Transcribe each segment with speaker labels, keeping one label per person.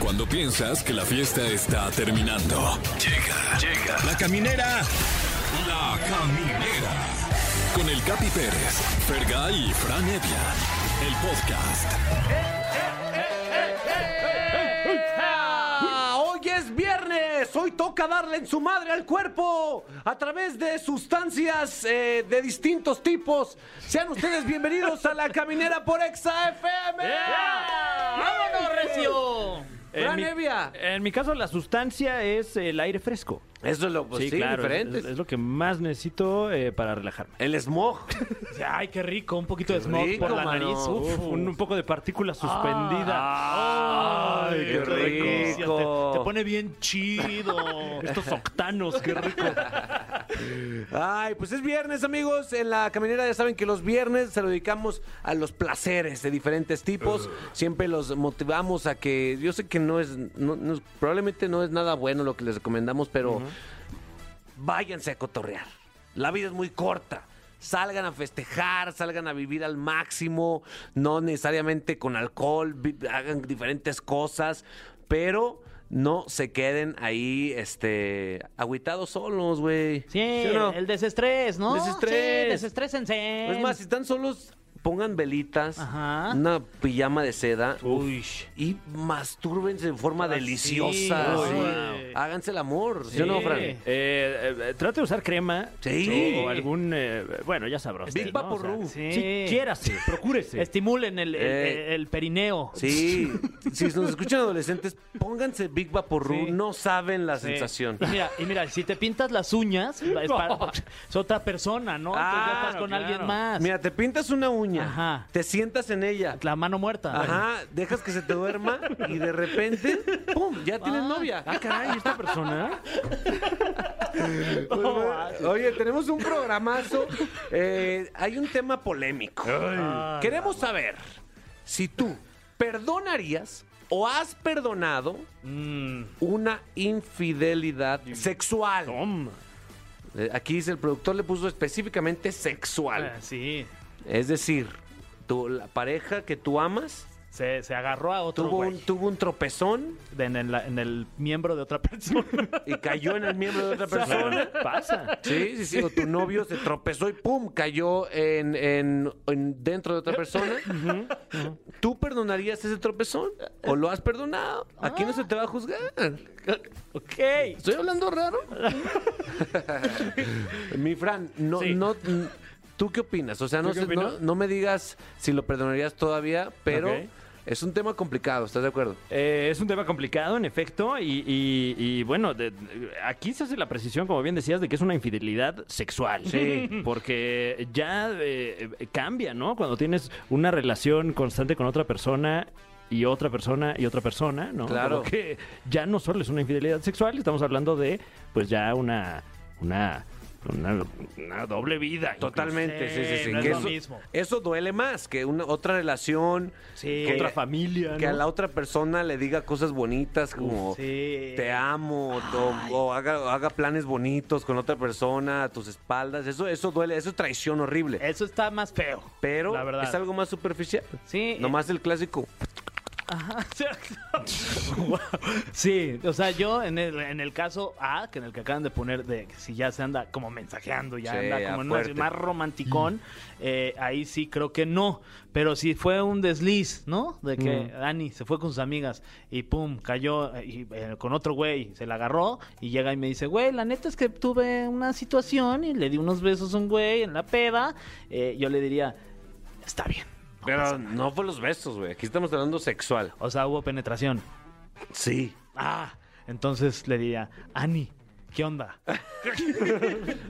Speaker 1: Cuando piensas que la fiesta está terminando. Llega, llega. La caminera. La caminera. Con el Capi Pérez, Fergay y Fran Evia. El podcast.
Speaker 2: Ah, Hoy es viernes, hoy toca darle en su madre al cuerpo a través de sustancias eh, de distintos tipos. Sean ustedes bienvenidos a la caminera por Exa FM.
Speaker 3: ¡Vámonos, recio!
Speaker 2: Fran
Speaker 4: mi-
Speaker 2: Evia.
Speaker 4: en mi caso, la sustancia es el aire fresco.
Speaker 2: Eso es lo pues, sí,
Speaker 4: claro, es-
Speaker 2: diferente.
Speaker 4: Es, es lo que más necesito eh, para relajarme.
Speaker 2: El smog.
Speaker 3: Ay, qué rico, un poquito de
Speaker 2: smog por la nariz,
Speaker 4: Uf, un, un poco de partícula suspendida.
Speaker 2: ay, qué
Speaker 4: delicia,
Speaker 2: rico.
Speaker 4: Te, te pone bien chido. Estos octanos, qué rico.
Speaker 2: Ay, pues es viernes, amigos. En la caminera ya saben que los viernes se lo dedicamos a los placeres de diferentes tipos. Siempre los motivamos a que. Yo sé que no es. no- no- probablemente no es nada bueno lo que les recomendamos, pero váyanse a cotorrear. La vida es muy corta. Salgan a festejar, salgan a vivir al máximo, no necesariamente con alcohol, vi- hagan diferentes cosas, pero no se queden ahí, este, agüitados solos, güey.
Speaker 3: Sí,
Speaker 2: ¿Sí o no?
Speaker 3: el desestres, ¿no?
Speaker 2: Desestrés.
Speaker 3: Sí, desestrésense.
Speaker 2: Es más, si están solos, pongan velitas,
Speaker 3: Ajá.
Speaker 2: una pijama de seda
Speaker 4: Uy.
Speaker 2: y mastúrbense de forma
Speaker 3: Ah, sí,
Speaker 2: deliciosa.
Speaker 3: uy,
Speaker 2: sí.
Speaker 3: güey.
Speaker 2: Háganse el amor, ¿sí o no,
Speaker 3: Sí.
Speaker 2: Fran?
Speaker 4: Eh, trate de usar crema.
Speaker 2: Sí.
Speaker 4: O algún. eh, bueno, ya sabrás.
Speaker 2: Big
Speaker 4: ¿no?
Speaker 2: Vaporru.
Speaker 4: O sea,
Speaker 3: Sí.
Speaker 4: sí, quiérase, procúrese.
Speaker 3: Estimulen el, el-
Speaker 2: Eh.
Speaker 3: el perineo.
Speaker 2: Sí, si nos escuchan adolescentes, pónganse Big Vaporru,
Speaker 3: Sí.
Speaker 2: no saben la
Speaker 3: Sí.
Speaker 2: sensación.
Speaker 3: Y mira, y mira, si te pintas las uñas, es, para- es otra persona, ¿no?
Speaker 2: Ah,
Speaker 3: Entonces ya estás con
Speaker 4: claro.
Speaker 3: alguien más.
Speaker 2: Mira, te pintas una uña,
Speaker 3: Ajá.
Speaker 2: te sientas en ella,
Speaker 3: La mano muerta.
Speaker 2: ajá, dejas que se te duerma y de repente, ¡pum! Ya tienes
Speaker 3: Ah.
Speaker 2: novia.
Speaker 4: Ah, caray, esta persona.
Speaker 2: Pues, bueno, Oye, tenemos un programazo. Eh, hay un tema polémico. Ah. Queremos
Speaker 3: Ah,
Speaker 2: saber si tú perdonarías o has perdonado
Speaker 3: Mm.
Speaker 2: una infidelidad sexual.
Speaker 4: Toma.
Speaker 2: Eh, Aquí dice el productor le puso específicamente sexual.
Speaker 3: Ah, sí.
Speaker 2: Es decir, tu, la pareja que tú amas
Speaker 3: Se, se agarró a otro
Speaker 2: tuvo
Speaker 3: güey.
Speaker 2: un, tuvo un tropezón
Speaker 3: De- En, el, en el miembro de otra persona.
Speaker 2: y cayó en el miembro de otra persona.
Speaker 4: Persona. Pasa.
Speaker 2: Sí, sí, sí. O tu novio se tropezó y pum, cayó en, en- en- dentro de otra persona. ¿Tú perdonarías ese tropezón? ¿O lo has perdonado? Aquí no se te va a juzgar.
Speaker 3: ok.
Speaker 2: ¿Estoy hablando raro? Mi Fran, no,
Speaker 4: Sí.
Speaker 2: no. ¿Tú qué opinas? O sea, no,
Speaker 4: ¿Yo qué
Speaker 2: sé,
Speaker 4: opino?
Speaker 2: no, no me digas si lo perdonarías todavía, pero
Speaker 4: Ok.
Speaker 2: es un tema complicado, ¿estás de acuerdo?
Speaker 4: Eh, es un tema complicado, en efecto, y, y- y, bueno, de- aquí se hace la precisión, como bien decías, de que es una infidelidad sexual.
Speaker 2: Sí.
Speaker 4: Porque ya eh, eh, cambia, ¿no? Cuando tienes una relación constante con otra persona y otra persona y otra persona, ¿no?
Speaker 2: Claro.
Speaker 4: Como que ya no solo es una infidelidad sexual, estamos hablando de, pues ya una... una una, una doble vida. incluso.
Speaker 2: Totalmente, sí, sí, sí.
Speaker 3: no es
Speaker 2: que
Speaker 3: lo
Speaker 2: eso,
Speaker 3: mismo.
Speaker 2: eso duele más que una otra relación.
Speaker 3: Sí.
Speaker 2: que-
Speaker 4: Otra familia.
Speaker 2: Que a
Speaker 4: ¿no?
Speaker 2: la otra persona le diga cosas bonitas como
Speaker 3: Sí.
Speaker 2: te amo o, o haga, o haga planes bonitos con otra persona a tus espaldas. Eso, eso duele, eso es traición horrible.
Speaker 3: Eso está más feo.
Speaker 2: Pero
Speaker 3: la verdad.
Speaker 2: es algo más superficial.
Speaker 3: Sí.
Speaker 2: Nomás el clásico.
Speaker 3: Wow. Sí, o sea, yo en el, en el caso A, que en el que acaban de poner, de que si ya se anda como mensajeando, ya
Speaker 2: Sí,
Speaker 3: anda
Speaker 2: ya
Speaker 3: como en
Speaker 2: fuerte. Mm.
Speaker 3: una- más romanticón, eh, ahí sí creo que no. Pero si fue un desliz, ¿no? De que
Speaker 2: Mm.
Speaker 3: Dani se fue con sus amigas y pum, cayó eh, y, eh, con otro güey, se la agarró y llega y me dice, güey, la neta es que tuve una situación y le di unos besos a un güey en la peda, eh, yo le diría, está bien. no pasa
Speaker 2: Pero
Speaker 3: nada".
Speaker 2: no fue los besos, güey. Aquí estamos hablando sexual.
Speaker 3: O sea, hubo penetración.
Speaker 2: Sí.
Speaker 3: Ah, entonces le diría, Ani, ¿qué onda?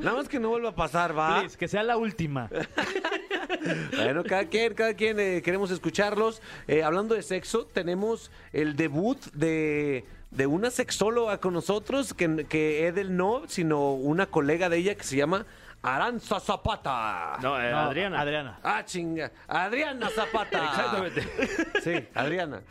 Speaker 2: Nada más que no vuelva a pasar, va.
Speaker 3: Please, que sea la última.
Speaker 2: Bueno, cada quien, cada quien eh, queremos escucharlos. Eh, hablando de sexo, tenemos el debut de, de una sexóloga con nosotros, que, que Edel no, sino una colega de ella que se llama Aranza Zapata.
Speaker 4: No, eh,
Speaker 3: No,
Speaker 4: Adriana.
Speaker 3: Adriana.
Speaker 2: Ah, chinga. Adriana Zapata.
Speaker 4: Exactamente.
Speaker 2: Sí, Adriana.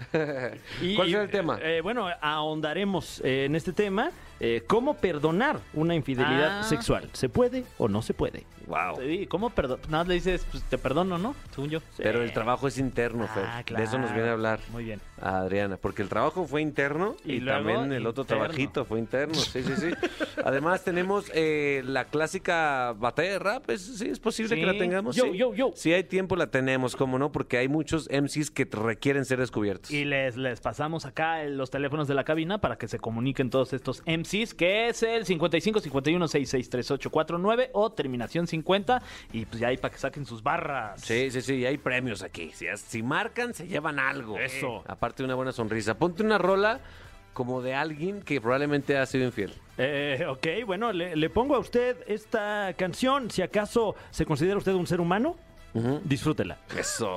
Speaker 4: Y-
Speaker 2: ¿Cuál
Speaker 4: y,
Speaker 2: será el tema?
Speaker 4: eh, bueno, ahondaremos eh, en este tema eh, cómo perdonar una infidelidad
Speaker 3: Ah.
Speaker 4: sexual. ¿Se puede o no se puede?
Speaker 2: wow.
Speaker 3: Sí, ¿Cómo perdón? Nada más le dices, pues te perdono, ¿no? Según yo.
Speaker 2: Pero el trabajo es interno, Fer.
Speaker 3: Ah,
Speaker 2: De eso nos viene a
Speaker 3: claro.
Speaker 2: hablar.
Speaker 3: Muy bien.
Speaker 2: a Adriana, porque el trabajo fue interno y,
Speaker 3: Y luego
Speaker 2: también el otro
Speaker 3: interno.
Speaker 2: trabajito fue interno, sí, sí, sí. Además tenemos eh, la clásica batalla de rap, es, sí, es posible
Speaker 3: Sí.
Speaker 2: que la tengamos.
Speaker 4: Yo,
Speaker 2: sí.
Speaker 4: yo, yo.
Speaker 2: Si hay tiempo la tenemos, cómo no, porque hay muchos MCs que t- requieren ser descubiertos.
Speaker 3: Y les, les pasamos acá el- los teléfonos de la cabina para que se comuniquen todos estos MCs, que es el 55 51 66 38 49 o terminación 50. Y pues ya ahí para que saquen sus barras.
Speaker 2: Sí, sí, sí, y hay premios aquí. Si, as- si marcan, se llevan algo.
Speaker 3: Eso.
Speaker 2: Aparte de una buena sonrisa. Ponte una rola como de alguien que probablemente ha sido infiel.
Speaker 4: Eh, ok, bueno, le, le pongo a usted esta canción. Si acaso se considera usted un ser humano, disfrútela.
Speaker 2: Eso.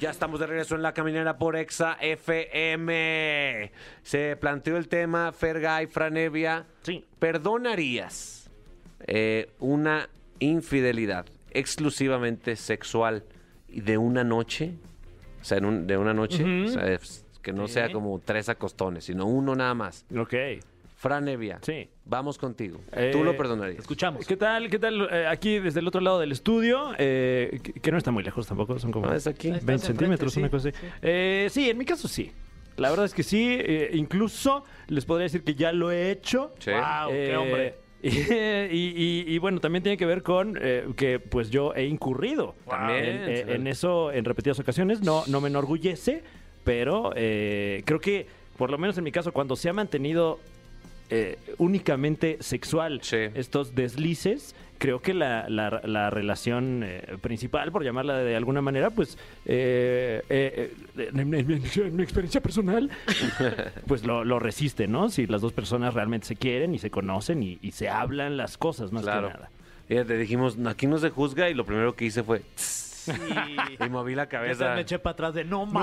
Speaker 2: Ya estamos de regreso en la caminera por Exa FM. Se planteó el tema Fergay Franevia.
Speaker 4: Sí.
Speaker 2: ¿Perdonarías eh, una infidelidad exclusivamente sexual y de una noche? O sea, en un- de una noche. O sea, es- que no sea como tres acostones, sino uno nada más.
Speaker 4: Ok,
Speaker 2: Franevia,
Speaker 4: sí.
Speaker 2: vamos contigo.
Speaker 4: Eh,
Speaker 2: Tú lo perdonarías.
Speaker 3: Escuchamos.
Speaker 4: ¿Qué tal? ¿Qué tal? eh, aquí desde el otro lado del estudio, eh, que, que no está muy lejos tampoco, son como
Speaker 2: Ah, es aquí.
Speaker 4: 20
Speaker 3: Estás
Speaker 4: centímetros, una
Speaker 3: enfrente,
Speaker 4: cosa
Speaker 3: sí,
Speaker 4: así. Eh, sí, en mi caso sí. La verdad es que sí, eh, incluso les podría decir que ya lo he hecho.
Speaker 2: Sí.
Speaker 3: Guau, qué
Speaker 4: Eh,
Speaker 3: hombre.
Speaker 4: Y, y- y bueno, también tiene que ver con eh, que pues yo he incurrido
Speaker 2: También.
Speaker 4: en, en- en eso en repetidas ocasiones. No, no me enorgullece, pero eh, creo que, por lo menos en mi caso, cuando se ha mantenido eh, únicamente sexual
Speaker 2: Sí.
Speaker 4: estos deslices, creo que la, la- la relación eh, principal, por llamarla de alguna manera, pues eh, eh, eh, en, mi- en mi- en mi experiencia personal, pues lo, lo resiste, ¿no? Si las dos personas realmente se quieren y se conocen y, y se hablan las cosas más que nada.
Speaker 2: Fíjate, dijimos, aquí no se juzga y lo primero que hice fue... "Tss". Y moví la
Speaker 3: Esa
Speaker 2: cabeza.
Speaker 3: me eché para atrás de no
Speaker 2: No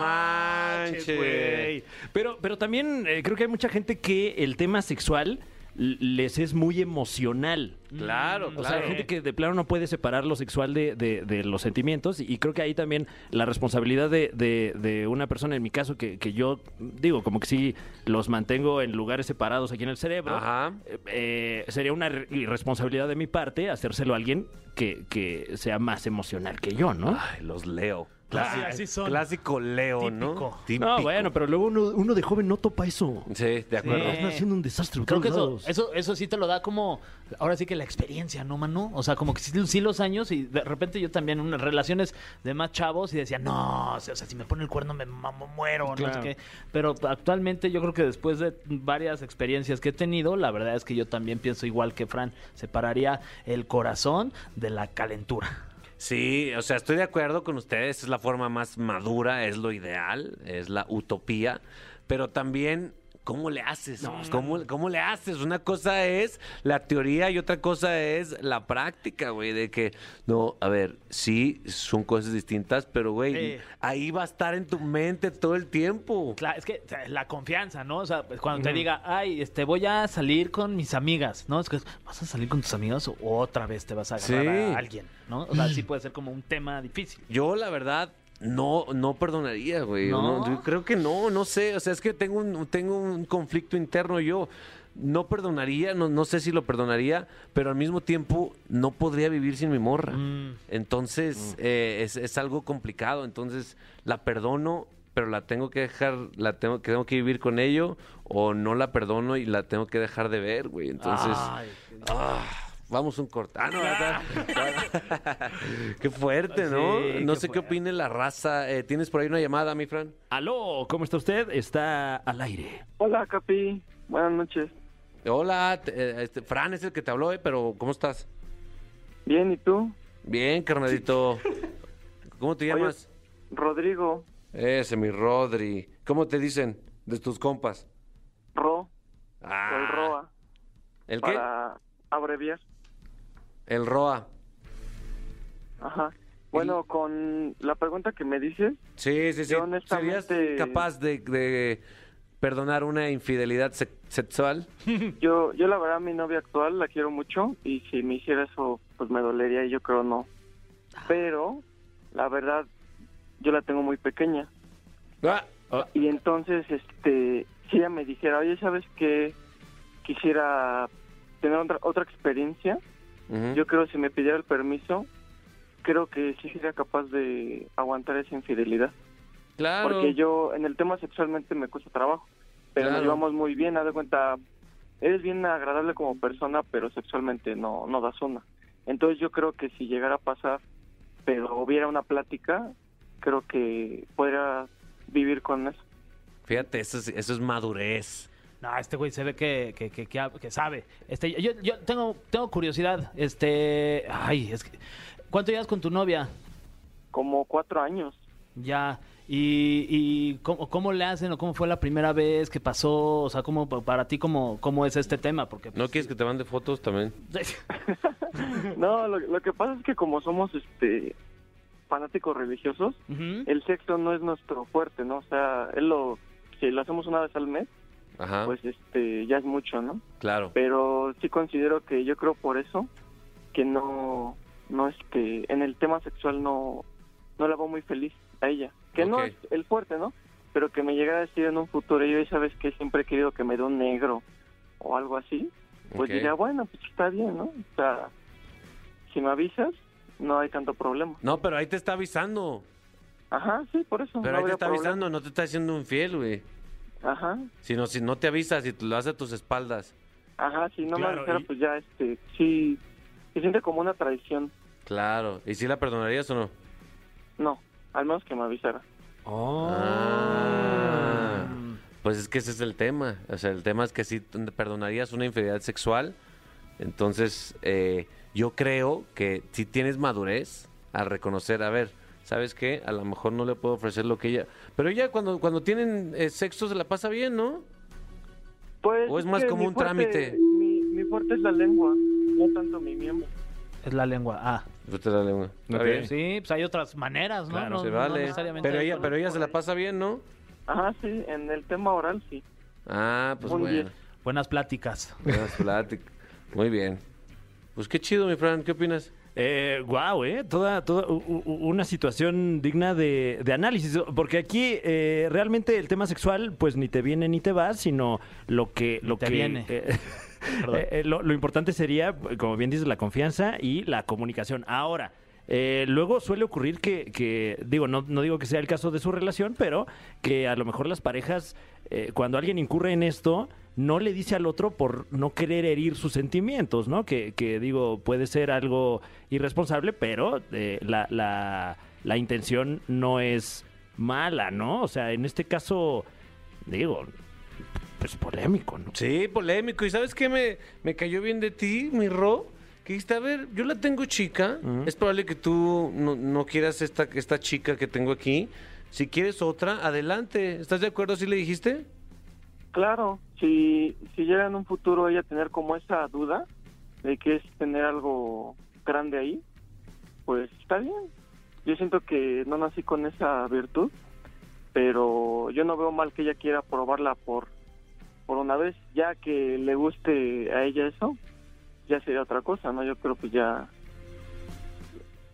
Speaker 3: manches.
Speaker 2: manches,
Speaker 3: güey.
Speaker 2: güey.
Speaker 4: Pero, pero también eh, creo que hay mucha gente que el tema sexual l- les es muy emocional.
Speaker 2: Claro,
Speaker 3: Mm,
Speaker 4: O sea,
Speaker 2: claro.
Speaker 4: hay gente que de plano no puede separar lo sexual de, de- de los sentimientos. Y creo que ahí también la responsabilidad de, de- de una persona, en mi caso, que, que yo digo, como que sí los mantengo en lugares separados aquí en el cerebro,
Speaker 2: Ajá.
Speaker 4: eh, sería una ir- irresponsabilidad de mi parte hacérselo a alguien que, que sea más emocional que yo, ¿no?
Speaker 2: Ay, los leo.
Speaker 3: Así-
Speaker 2: Clásico-
Speaker 3: así son.
Speaker 2: Clásico leo, ¿no?
Speaker 3: Típico.
Speaker 4: No, bueno, pero luego uno, uno de joven no topa eso.
Speaker 2: Sí, de acuerdo.
Speaker 3: Sí.
Speaker 4: Están haciendo un desastre. por
Speaker 3: Creo que
Speaker 4: todos
Speaker 3: eso,
Speaker 4: lados.
Speaker 3: eso, eso sí te lo da como, ahora sí que la experiencia, ¿no, mano? O sea, como que sí, sí los años y de repente yo también en unas relaciones de más chavos y decía, no, o sea, o sea, si me pone el cuerno me mamo- muero, no
Speaker 4: Claro.
Speaker 3: sé qué. Pero actualmente yo creo que después de varias experiencias que he tenido, la verdad es que yo también pienso igual que Fran, separaría el corazón de la calentura.
Speaker 2: Sí, o sea, estoy de acuerdo con ustedes. Es la forma más madura, es lo ideal, es la utopía. Pero también, ¿cómo le haces? ¿Cómo, ¿Cómo le haces? Una cosa es la teoría y otra cosa es la práctica, güey. De que, no, a ver, sí, son cosas distintas, pero, güey,
Speaker 3: Sí.
Speaker 2: ahí va a estar en tu mente todo el tiempo.
Speaker 3: Claro, es que o sea, la confianza, ¿no? O sea, pues, cuando te diga, ay, este, voy a salir con mis amigas, ¿no? Es que vas a salir con tus amigas o otra vez te vas a agarrar
Speaker 2: Sí. Mm.
Speaker 3: a alguien, ¿no? O sea, sí puede ser como un tema difícil.
Speaker 2: Yo, la verdad, no, no perdonaría, güey.
Speaker 3: ¿No?
Speaker 2: No, yo creo que no, no sé. O sea, es que tengo un, tengo un conflicto interno yo. No perdonaría, no, no sé si lo perdonaría, pero al mismo tiempo no podría vivir sin mi morra. Entonces, eh, es, es algo complicado. Entonces, la perdono, pero la tengo que dejar, la tengo que, tengo que vivir con ello, o no la perdono y la tengo que dejar de ver, güey. Entonces,
Speaker 3: Ay, qué-
Speaker 2: Ah, vamos un corte. Ah, no, ¿verdad? qué fuerte, ¿no?
Speaker 3: Sí,
Speaker 2: no
Speaker 3: qué
Speaker 2: sé qué
Speaker 3: fuerte.
Speaker 2: opine la raza. Eh, ¿Tienes por ahí una llamada, mi Fran?
Speaker 4: Aló, ¿cómo está usted? Está al aire.
Speaker 5: Hola, Capi. Buenas noches.
Speaker 2: Hola, te- eh, este, Fran es el que te habló, eh, pero ¿cómo estás?
Speaker 5: Bien, ¿y tú?
Speaker 2: Bien, carnalito. ¿Cómo te llamas?
Speaker 5: Rodrigo,
Speaker 2: Ese, mi Rodri. ¿Cómo te dicen de tus compas?
Speaker 5: Ro, o
Speaker 2: Ah,
Speaker 5: el Roa,
Speaker 2: ¿El qué?
Speaker 5: para abreviar.
Speaker 2: El Roa.
Speaker 5: Ajá. Bueno, con la pregunta que me dices,
Speaker 2: Sí, sí, sí.
Speaker 5: Yo honestamente-
Speaker 2: ¿Serías capaz de, de perdonar una infidelidad se- sexual?
Speaker 5: Yo, yo la verdad, mi novia actual la quiero mucho y si me hiciera eso, pues me dolería y yo creo no. Pero, la verdad, yo la tengo muy pequeña.
Speaker 2: Ah, ah,
Speaker 5: Y entonces, este, si ella me dijera, oye, ¿sabes qué? Quisiera tener otra, otra experiencia.
Speaker 2: ujú.
Speaker 5: Yo creo si me pidiera el permiso, creo que sí sería capaz de aguantar esa infidelidad.
Speaker 2: claro.
Speaker 5: Porque yo en el tema sexualmente me cuesta trabajo, pero nos
Speaker 2: Claro.
Speaker 5: llevamos muy bien, haz de cuenta, eres bien agradable como persona, pero sexualmente no, no das una. Entonces yo creo que si llegara a pasar, pero hubiera una plática, creo que podría vivir con eso.
Speaker 2: Fíjate, eso es, eso es madurez.
Speaker 3: No, este güey se ve que, que, que, que- que sabe. Este, yo, yo tengo, tengo curiosidad. Este, ay, es que, ¿cuánto llevas con tu novia?
Speaker 5: Como cuatro años.
Speaker 3: Ya. ¿Y, y cómo, cómo le hacen o cómo fue la primera vez que pasó? O sea, ¿cómo, pa- para ti cómo, cómo es este tema? Porque
Speaker 2: ¿No quieres que te mande fotos también?
Speaker 5: No, lo, lo que pasa es que como somos este fanáticos religiosos,
Speaker 3: Ujú.
Speaker 5: el sexo no es nuestro fuerte, ¿no? O sea, él lo, si lo hacemos una vez al mes,
Speaker 2: Ajá,
Speaker 5: pues este ya es mucho, ¿no?
Speaker 2: claro.
Speaker 5: pero sí considero que yo creo por eso que no no este en el tema sexual no no la veo muy feliz a ella que no
Speaker 2: Ok.
Speaker 5: es el fuerte no pero que me llegara a decir en un futuro yo sabes que siempre he querido que me dé un negro o algo así pues
Speaker 2: Ok.
Speaker 5: diría bueno pues está bien no o sea si me avisas no hay tanto problema
Speaker 2: No, pero ahí te está avisando.
Speaker 5: ajá sí por eso
Speaker 2: Pero ahí te
Speaker 5: no habría
Speaker 2: está
Speaker 5: problema.
Speaker 2: avisando, no te está haciendo infiel, güey.
Speaker 5: ajá
Speaker 2: Sino si no te avisas y lo hace a tus espaldas.
Speaker 5: ajá si no
Speaker 4: Claro,
Speaker 5: me avisara
Speaker 4: y-
Speaker 5: pues ya este sí se siente como una traición
Speaker 2: Claro. ¿Y si la perdonarías o no?
Speaker 5: no al menos que me avisara Ah.
Speaker 2: Ah. Pues es que ese es el tema. O sea, el tema es que si te perdonarías una infidelidad sexual, entonces eh, yo creo que si tienes madurez al reconocer, a ver, ¿sabes qué? A lo mejor no le puedo ofrecer lo que ella... Pero ella cuando, cuando tienen eh, sexo se la pasa bien, ¿no?
Speaker 5: Pues,
Speaker 2: ¿O es más
Speaker 5: que
Speaker 2: como
Speaker 5: mi
Speaker 2: un
Speaker 5: fuerte-
Speaker 2: trámite?
Speaker 5: Mi, mi fuerte es la lengua, no tanto mi miembro.
Speaker 3: Es la lengua. Ah.
Speaker 2: Yo te la lengua. Está
Speaker 4: Ok.
Speaker 2: bien.
Speaker 3: Sí, pues hay otras maneras, ¿no?
Speaker 4: Claro,
Speaker 3: No-
Speaker 2: se
Speaker 3: no
Speaker 2: vale.
Speaker 3: necesariamente-
Speaker 2: pero, ella, pero ella se la pasa bien, ¿no?
Speaker 5: Ajá, sí, en el tema oral sí.
Speaker 2: Ah, pues
Speaker 5: Muy
Speaker 2: bueno.
Speaker 5: bien.
Speaker 3: Buenas pláticas.
Speaker 2: Buenas pláticas. Muy bien. Pues qué chido, mi Fran. ¿Qué opinas?
Speaker 4: Eh, wow, eh, toda, toda u- u- u- una situación digna de, de análisis, porque aquí eh, realmente el tema sexual, pues ni te viene ni te va, sino lo que lo
Speaker 3: te
Speaker 4: que
Speaker 3: viene.
Speaker 4: eh,
Speaker 3: Perdón.
Speaker 4: eh, eh, lo, lo importante sería, como bien dices, la confianza y la comunicación. Ahora. eh, luego suele ocurrir que, que, digo, no, no digo que sea el caso de su relación, pero que a lo mejor las parejas, eh, cuando alguien incurre en esto, no le dice al otro por no querer herir sus sentimientos, ¿no? Que, que, digo, puede ser algo irresponsable, pero eh, la, la- la intención no es mala, ¿no? O sea, en este caso, digo, pues polémico, ¿no?
Speaker 2: Sí, polémico. ¿Y sabes qué me, me cayó bien de ti, mi Ro? Que dijiste, a ver, yo la tengo chica. Es probable que tú no, no quieras esta, esta chica que tengo aquí. Si quieres otra, adelante. ¿Estás de acuerdo si le dijiste?
Speaker 5: Claro, si, si llega en un futuro ella a tener como esa duda de que es tener algo grande ahí, pues está bien. Yo siento que no nací con esa virtud, pero yo no veo mal que ella quiera probarla por, por una vez, ya que le guste a ella eso, ya sería otra cosa, ¿no? Yo creo que ya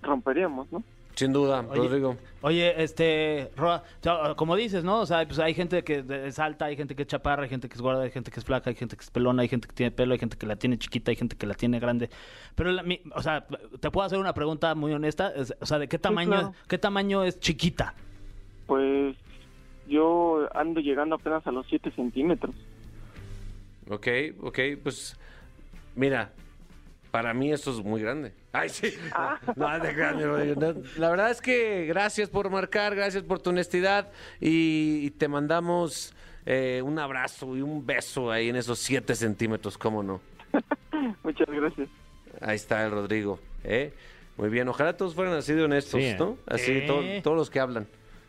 Speaker 5: romperíamos, ¿no?
Speaker 2: Sin duda,
Speaker 3: Oye.
Speaker 2: Rodrigo.
Speaker 3: Oye, este, Roa, o sea, como dices, ¿no? O sea, pues hay gente que es alta, hay gente que es chaparra, hay gente que es gorda, hay gente que es flaca, hay gente que es pelona, hay gente que tiene pelo, hay gente que la tiene chiquita, hay gente que la tiene grande. Pero, la- mi- o sea, te puedo hacer una pregunta muy honesta, Es- o sea, ¿de qué tamaño,
Speaker 5: claro.
Speaker 3: qué tamaño es chiquita?
Speaker 5: Pues yo ando llegando apenas a los 7 centímetros.
Speaker 2: Ok, ok, pues mira, para mí eso es muy grande. Ay, sí. No, es de grande, Rodrigo. No, La verdad es que gracias por marcar, gracias por tu honestidad y, y te mandamos eh, un abrazo y un beso ahí en esos 7 centímetros, cómo no.
Speaker 5: Muchas gracias.
Speaker 2: Ahí está el Rodrigo, ¿eh? Muy bien, ojalá todos fueran así de honestos,
Speaker 4: Sí, ¿eh?
Speaker 2: ¿no? Así,
Speaker 3: Eh.
Speaker 2: to- todos los que hablan.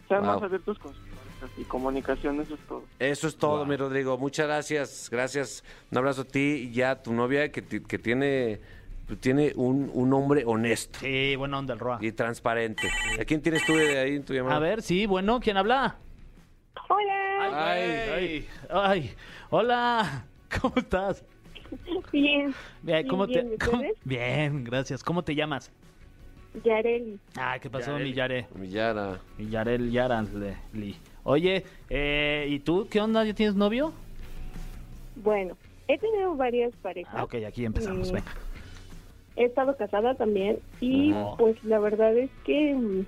Speaker 5: Sean más
Speaker 2: Wow.
Speaker 5: abiertos con sus parejas y comunicación, eso es todo.
Speaker 2: Eso es todo, mi Rodrigo. Muchas gracias. Gracias. Un abrazo a ti y a tu novia que, ti- que tiene, tiene un, un hombre honesto
Speaker 3: Sí, buena onda el Roa.
Speaker 2: y transparente. ¿A quién tienes tú de ahí en tu llamada?
Speaker 3: A ver, sí, bueno, ¿quién habla?
Speaker 6: Hola,
Speaker 3: Ay, ay, ay. Hola, ¿cómo estás?
Speaker 6: Bien,
Speaker 3: Bien, ¿cómo
Speaker 6: Bien,
Speaker 3: te,
Speaker 6: bien,
Speaker 3: cómo-
Speaker 6: ¿ustedes?
Speaker 3: bien, gracias. ¿Cómo te llamas?
Speaker 6: Yareli.
Speaker 3: Ah, ¿qué pasó, mi Yare?
Speaker 2: Millara.
Speaker 3: Mi Yarel Yarasli. Oye, eh, ¿y tú qué onda? ¿Ya tienes novio?
Speaker 6: Bueno, he tenido varias parejas.
Speaker 3: Ah, ok, aquí empezamos,
Speaker 6: Mm.
Speaker 3: venga.
Speaker 6: He estado casada también y
Speaker 3: Ujú.
Speaker 6: pues la verdad es que mm,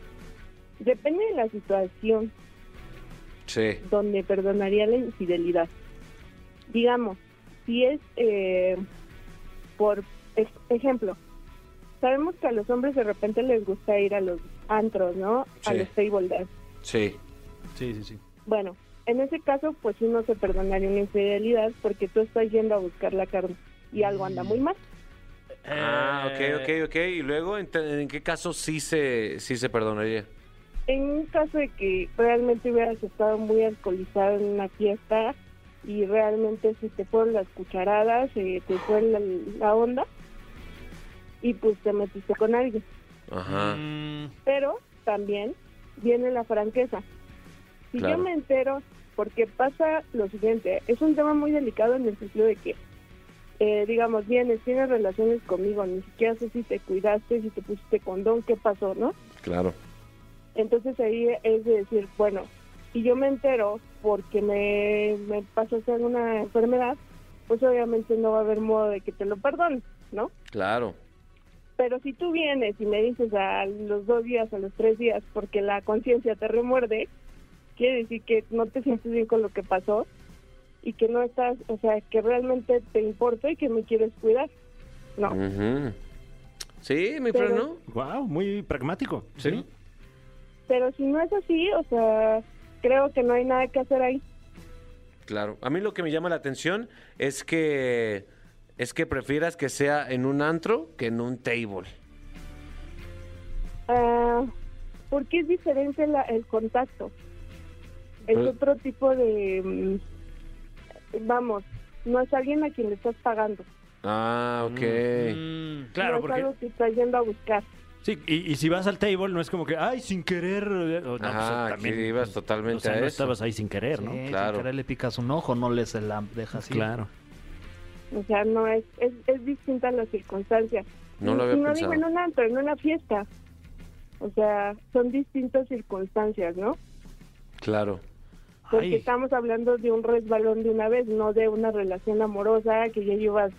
Speaker 6: depende de la situación
Speaker 2: Sí.
Speaker 6: donde perdonaría la infidelidad. Digamos, si es, eh, por ej- ejemplo, sabemos que a los hombres de repente les gusta ir a los antros, ¿no? A
Speaker 2: Sí.
Speaker 6: los table dance.
Speaker 2: Sí.
Speaker 3: Sí, sí, sí.
Speaker 6: Bueno, en ese caso, pues sí no se perdonaría una infidelidad porque tú estás yendo a buscar la carne y algo anda muy mal.
Speaker 3: Eh.
Speaker 2: Ah, ok, ok, ok. ¿Y luego en, te- en qué caso sí se, sí se perdonaría?
Speaker 6: En un caso de que realmente hubieras estado muy alcoholizado en una fiesta y realmente se te fueron las cucharadas, se te fue la, la onda y pues te metiste con alguien.
Speaker 2: Ajá.
Speaker 3: Mm,
Speaker 6: Pero también viene la franqueza. Si
Speaker 2: Claro.
Speaker 6: yo me entero, porque pasa lo siguiente, es un tema muy delicado en el sentido de que, eh, digamos, vienes, tienes relaciones conmigo, ni siquiera sé si te cuidaste, si te pusiste condón, qué pasó, ¿no?
Speaker 2: Claro.
Speaker 6: Entonces ahí es de decir, bueno, si yo me entero porque me, me pasó alguna enfermedad, pues obviamente no va a haber modo de que te lo perdone, ¿no?
Speaker 2: Claro.
Speaker 6: Pero si tú vienes y me dices a los dos días, a los tres días, porque la conciencia te remuerde, quiere decir que no te sientes bien con lo que pasó y que no estás, o sea, que realmente te importa y que me quieres cuidar. No.
Speaker 2: Ujú. Sí, mi
Speaker 6: Pero-
Speaker 2: Fran, ¿no?
Speaker 4: Wow, muy pragmático.
Speaker 2: Sí.
Speaker 6: Pero si no es así, o sea, creo que no hay nada que hacer ahí.
Speaker 2: Claro. A mí lo que me llama la atención es que es que prefieras que sea en un antro que en un table.
Speaker 6: Ah, porque es diferente la- el contacto. Es
Speaker 2: Pero-
Speaker 6: otro tipo de, mm, vamos, no es alguien a quien le estás pagando.
Speaker 2: Ah, ok.
Speaker 3: mm,
Speaker 4: Claro,
Speaker 6: no es
Speaker 4: porque
Speaker 6: algo que estás yendo a buscar.
Speaker 4: sí, y, y si vas al table no es como que, ay, sin querer. eh, o- no, pues,
Speaker 2: Ajá,
Speaker 4: también,
Speaker 2: aquí ibas totalmente
Speaker 4: o sea,
Speaker 2: a
Speaker 4: no
Speaker 2: eso.
Speaker 4: estabas ahí sin querer,
Speaker 3: sí,
Speaker 4: ¿no?
Speaker 3: si
Speaker 2: Claro.
Speaker 3: quieres le picas un ojo, no le se la dejas ir.
Speaker 4: Claro.
Speaker 6: O sea, no es, es, es distinta la circunstancia.
Speaker 2: No
Speaker 6: Y-
Speaker 2: lo
Speaker 6: y
Speaker 2: había
Speaker 6: no
Speaker 2: pensado.
Speaker 6: digo en un antro, en una fiesta. O sea, son distintas circunstancias, ¿no?
Speaker 2: Claro.
Speaker 6: Porque
Speaker 3: Ay.
Speaker 6: estamos hablando de un resbalón de una vez, no de una relación amorosa que ya llevas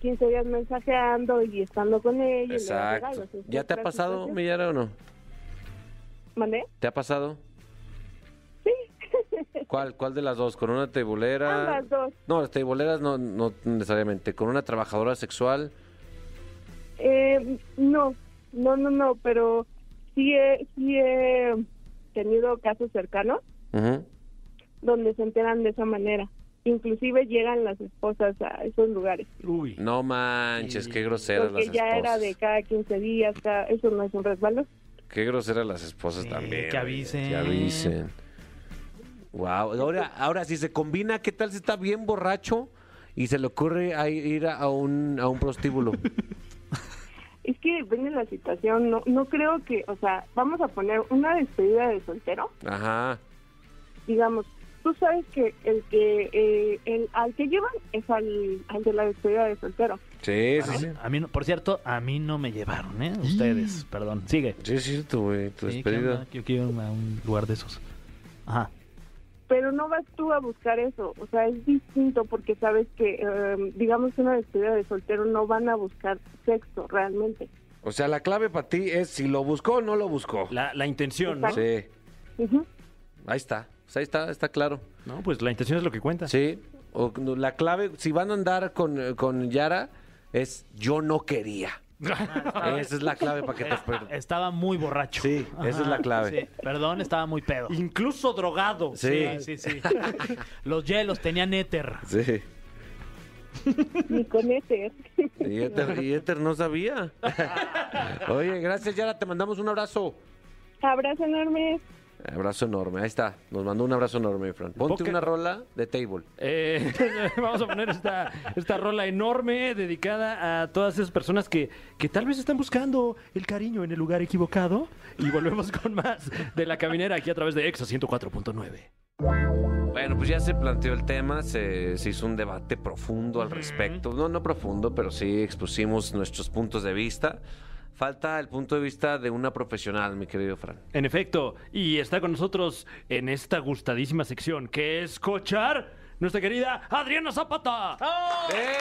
Speaker 6: 15 días mensajeando y estando con ella. y le das
Speaker 2: Exacto.
Speaker 6: regalos. Es
Speaker 2: ¿Ya te ha
Speaker 6: otra
Speaker 2: pasado,
Speaker 6: situación.
Speaker 2: Millara, o no?
Speaker 6: ¿Mandé?
Speaker 2: ¿Te ha pasado?
Speaker 6: Sí.
Speaker 2: ¿Cuál, cuál de las dos? ¿Con una tebolera?
Speaker 6: Ambas dos.
Speaker 2: No, las teboleras no, no necesariamente. ¿Con una trabajadora sexual?
Speaker 6: Eh, no, no, no, no, pero sí he, sí he tenido casos cercanos
Speaker 2: Ujú.
Speaker 6: donde se enteran de esa manera. Inclusive llegan las esposas a esos lugares.
Speaker 4: Uy.
Speaker 2: No manches, qué groseras
Speaker 6: porque
Speaker 2: las
Speaker 6: ya era
Speaker 2: esposas.
Speaker 6: de cada 15 días, cada- eso no es un resbalo.
Speaker 2: Qué groseras las esposas
Speaker 3: Sí,
Speaker 2: también.
Speaker 3: que
Speaker 2: oye,
Speaker 3: avisen.
Speaker 2: Que avisen. Wow. Ahora, ahora, si se combina, ¿qué tal si está bien borracho y se le ocurre a ir a un, a un prostíbulo?
Speaker 6: Es que depende de la situación, no, no creo que, o sea, vamos a poner una despedida de soltero,
Speaker 2: Ajá.
Speaker 6: digamos, tú sabes que el que, eh, el, al que llevan es al, al de la despedida de soltero.
Speaker 2: Sí,
Speaker 3: A
Speaker 2: sí,
Speaker 3: mí,
Speaker 2: sí.
Speaker 3: a mí no- por cierto, a mí no me llevaron, ¿eh? Ustedes, perdón. Sigue.
Speaker 2: Sí, es cierto, güey. Tu
Speaker 3: Sí, ¿qué
Speaker 2: despedida.
Speaker 3: onda? Yo quiero irme a un lugar de esos. Ajá.
Speaker 6: Pero no vas tú a buscar eso, o sea, es distinto porque sabes que, eh, digamos, una despedida de soltero no van a buscar sexo realmente.
Speaker 2: O sea, la clave para ti es si lo buscó o no lo buscó.
Speaker 4: La, la intención, ¿no?
Speaker 2: Sí.
Speaker 6: Ujú.
Speaker 2: Ahí está. O sea, ahí está, está claro.
Speaker 4: No, pues la intención es lo que cuenta.
Speaker 2: Sí. O no, la clave, si van a andar con, con Yara, es yo no quería.
Speaker 3: Ah,
Speaker 2: Esa es la clave para que te per-
Speaker 3: Estaba muy borracho.
Speaker 2: Sí, esa es la clave.
Speaker 3: Sí, Perdón, estaba muy pedo.
Speaker 4: Incluso drogado.
Speaker 2: Sí.
Speaker 3: sí, sí. Los hielos tenían éter.
Speaker 2: Sí.
Speaker 6: Ni con ese.
Speaker 2: Y Ether, y Ether no sabía. Oye, gracias, Yara. Te mandamos un abrazo.
Speaker 6: Abrazo enorme.
Speaker 2: Abrazo enorme. Ahí está. Nos mandó un abrazo enorme, Fran. Ponte
Speaker 4: Poca-
Speaker 2: una rola de table.
Speaker 4: Eh, vamos a poner esta, esta rola enorme dedicada a todas esas personas que, que tal vez están buscando el cariño en el lugar equivocado. Y volvemos con más de la caminera aquí a través de EXA 104.9.
Speaker 2: Bueno, pues ya se planteó el tema, se, se hizo un debate profundo al respecto. No, no profundo, pero sí expusimos nuestros puntos de vista. Falta el punto de vista de una profesional, mi querido Fran.
Speaker 4: En efecto, y está con nosotros en esta gustadísima sección que es Cochar, nuestra querida Adriana Zapata.
Speaker 7: ¡Eh!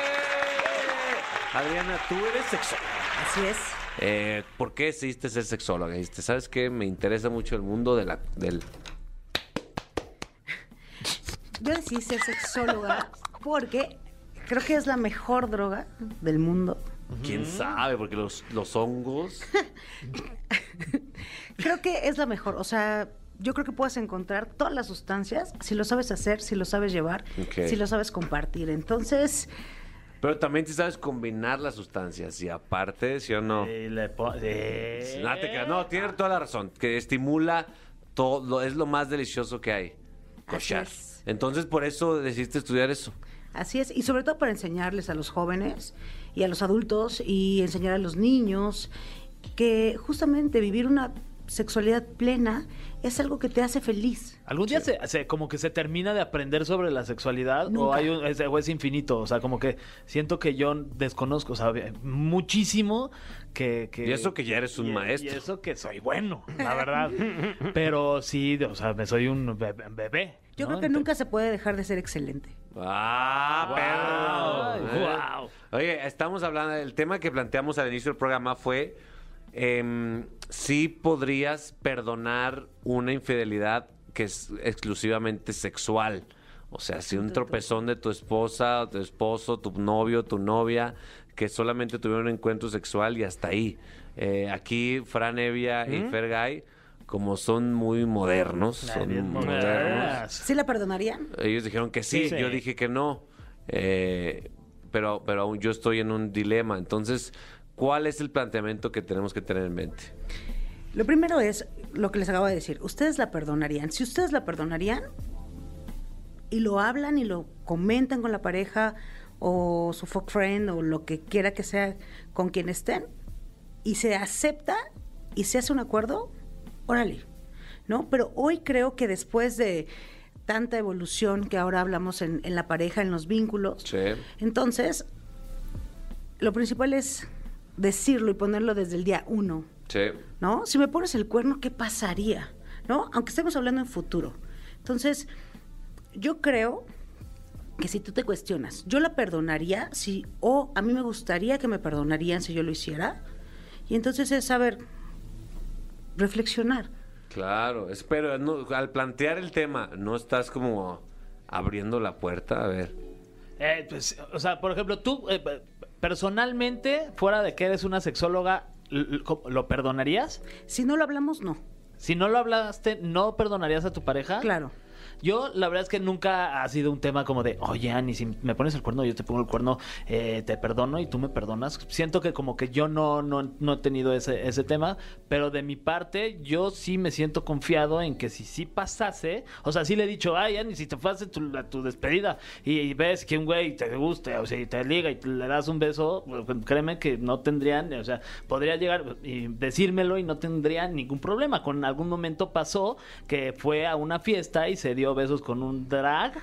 Speaker 2: Adriana, tú eres sexóloga.
Speaker 7: Así es.
Speaker 2: Eh, ¿Por qué decidiste ser sexóloga? Dijiste, ¿sabes qué? Me interesa mucho el mundo de la, del...
Speaker 7: Yo decidí ser sexóloga porque creo que es la mejor droga del mundo.
Speaker 2: ¿Quién sabe? Porque los, los hongos...
Speaker 7: Creo que es la mejor. O sea, yo creo que puedes encontrar todas las sustancias si lo sabes hacer, si lo sabes llevar,
Speaker 2: Ok.
Speaker 7: si lo sabes compartir. Entonces,
Speaker 2: Pero también te sabes combinar las sustancias y aparte, ¿sí o no?
Speaker 3: Y le po- eh.
Speaker 2: No, te creas, no, tienes toda la razón. Que estimula todo, es lo más delicioso que hay. Cochar.
Speaker 7: Así es.
Speaker 2: Entonces, por eso decidiste estudiar eso.
Speaker 7: así es. Y sobre todo para enseñarles a los jóvenes y a los adultos y enseñar a los niños que justamente vivir una sexualidad plena es algo que te hace feliz.
Speaker 3: ¿Algún día se, se- como que se termina de aprender sobre la sexualidad o,
Speaker 7: Nunca.
Speaker 3: hay un- es, o es infinito? O sea, como que siento que yo desconozco, o sea, muchísimo que... que
Speaker 2: Y eso que ya eres un
Speaker 3: y-
Speaker 2: maestro.
Speaker 3: Y eso que soy bueno, la verdad. Pero sí, o sea, me soy un bebé. bebé,
Speaker 7: Yo
Speaker 3: ¿no?
Speaker 7: creo que nunca se puede dejar de ser excelente.
Speaker 2: ¡Ah,
Speaker 3: Guau,
Speaker 2: perro!
Speaker 3: guau.
Speaker 2: Oye, estamos hablando, el tema que planteamos al inicio del programa fue em, si podrías perdonar una infidelidad que es exclusivamente sexual. O sea, si un tropezón de tu esposa, o tu esposo, tu novio, tu novia, que solamente tuvieron un encuentro sexual y hasta ahí. Eh, aquí Fran Evia y Fergay, como son muy modernos, son
Speaker 3: Bien
Speaker 2: modernos.
Speaker 3: modernas.
Speaker 7: ¿Sí la perdonarían?
Speaker 2: Ellos dijeron que sí,
Speaker 4: Sí.
Speaker 2: yo dije que no. Eh, pero, pero aún yo estoy en un dilema. Entonces, ¿cuál es el planteamiento que tenemos que tener en mente?
Speaker 7: Lo primero es lo que les acabo de decir. Ustedes la perdonarían. Si ustedes la perdonarían y lo hablan y lo comentan con la pareja o su fuck friend o lo que quiera que sea con quien estén y se acepta y se hace un acuerdo, órale. ¿No? Pero hoy creo que después de tanta evolución que ahora hablamos en, en la pareja, en los vínculos,
Speaker 2: Sí.
Speaker 7: entonces lo principal es decirlo y ponerlo desde el día uno.
Speaker 2: Sí.
Speaker 7: ¿no? Si me pones el cuerno, ¿qué pasaría? ¿No? Aunque estemos hablando en futuro. Entonces, yo creo que si tú te cuestionas, yo la perdonaría si, o a mí me gustaría que me perdonarían si yo lo hiciera. Y entonces es saber reflexionar.
Speaker 2: Claro, es- pero no- al plantear el tema, ¿no estás como abriendo la puerta? A ver.
Speaker 3: Eh, pues, o sea, por ejemplo, tú eh, pe- personalmente, fuera de que eres una sexóloga, l- l- ¿cómo- ¿lo perdonarías?
Speaker 7: Si no lo hablamos, no.
Speaker 3: Si no lo hablaste, ¿no perdonarías a tu pareja?
Speaker 7: Claro.
Speaker 3: Yo, la verdad es que nunca ha sido un tema como de, oye, Ani, si me pones el cuerno, yo te pongo el cuerno, eh, te perdono y tú me perdonas. Siento que como que yo no, no, no he tenido ese, ese tema, pero de mi parte, yo sí me siento confiado en que si sí pasase, o sea, sí le he dicho, ay, Ani, si te pase tu, la- tu despedida y, y ves que un güey te gusta, o sea, y te liga y te- le das un beso, pues, créeme que no tendrían, o sea, podría llegar y decírmelo y no tendría ningún problema. Con algún momento pasó que fue a una fiesta y se dio besos con un drag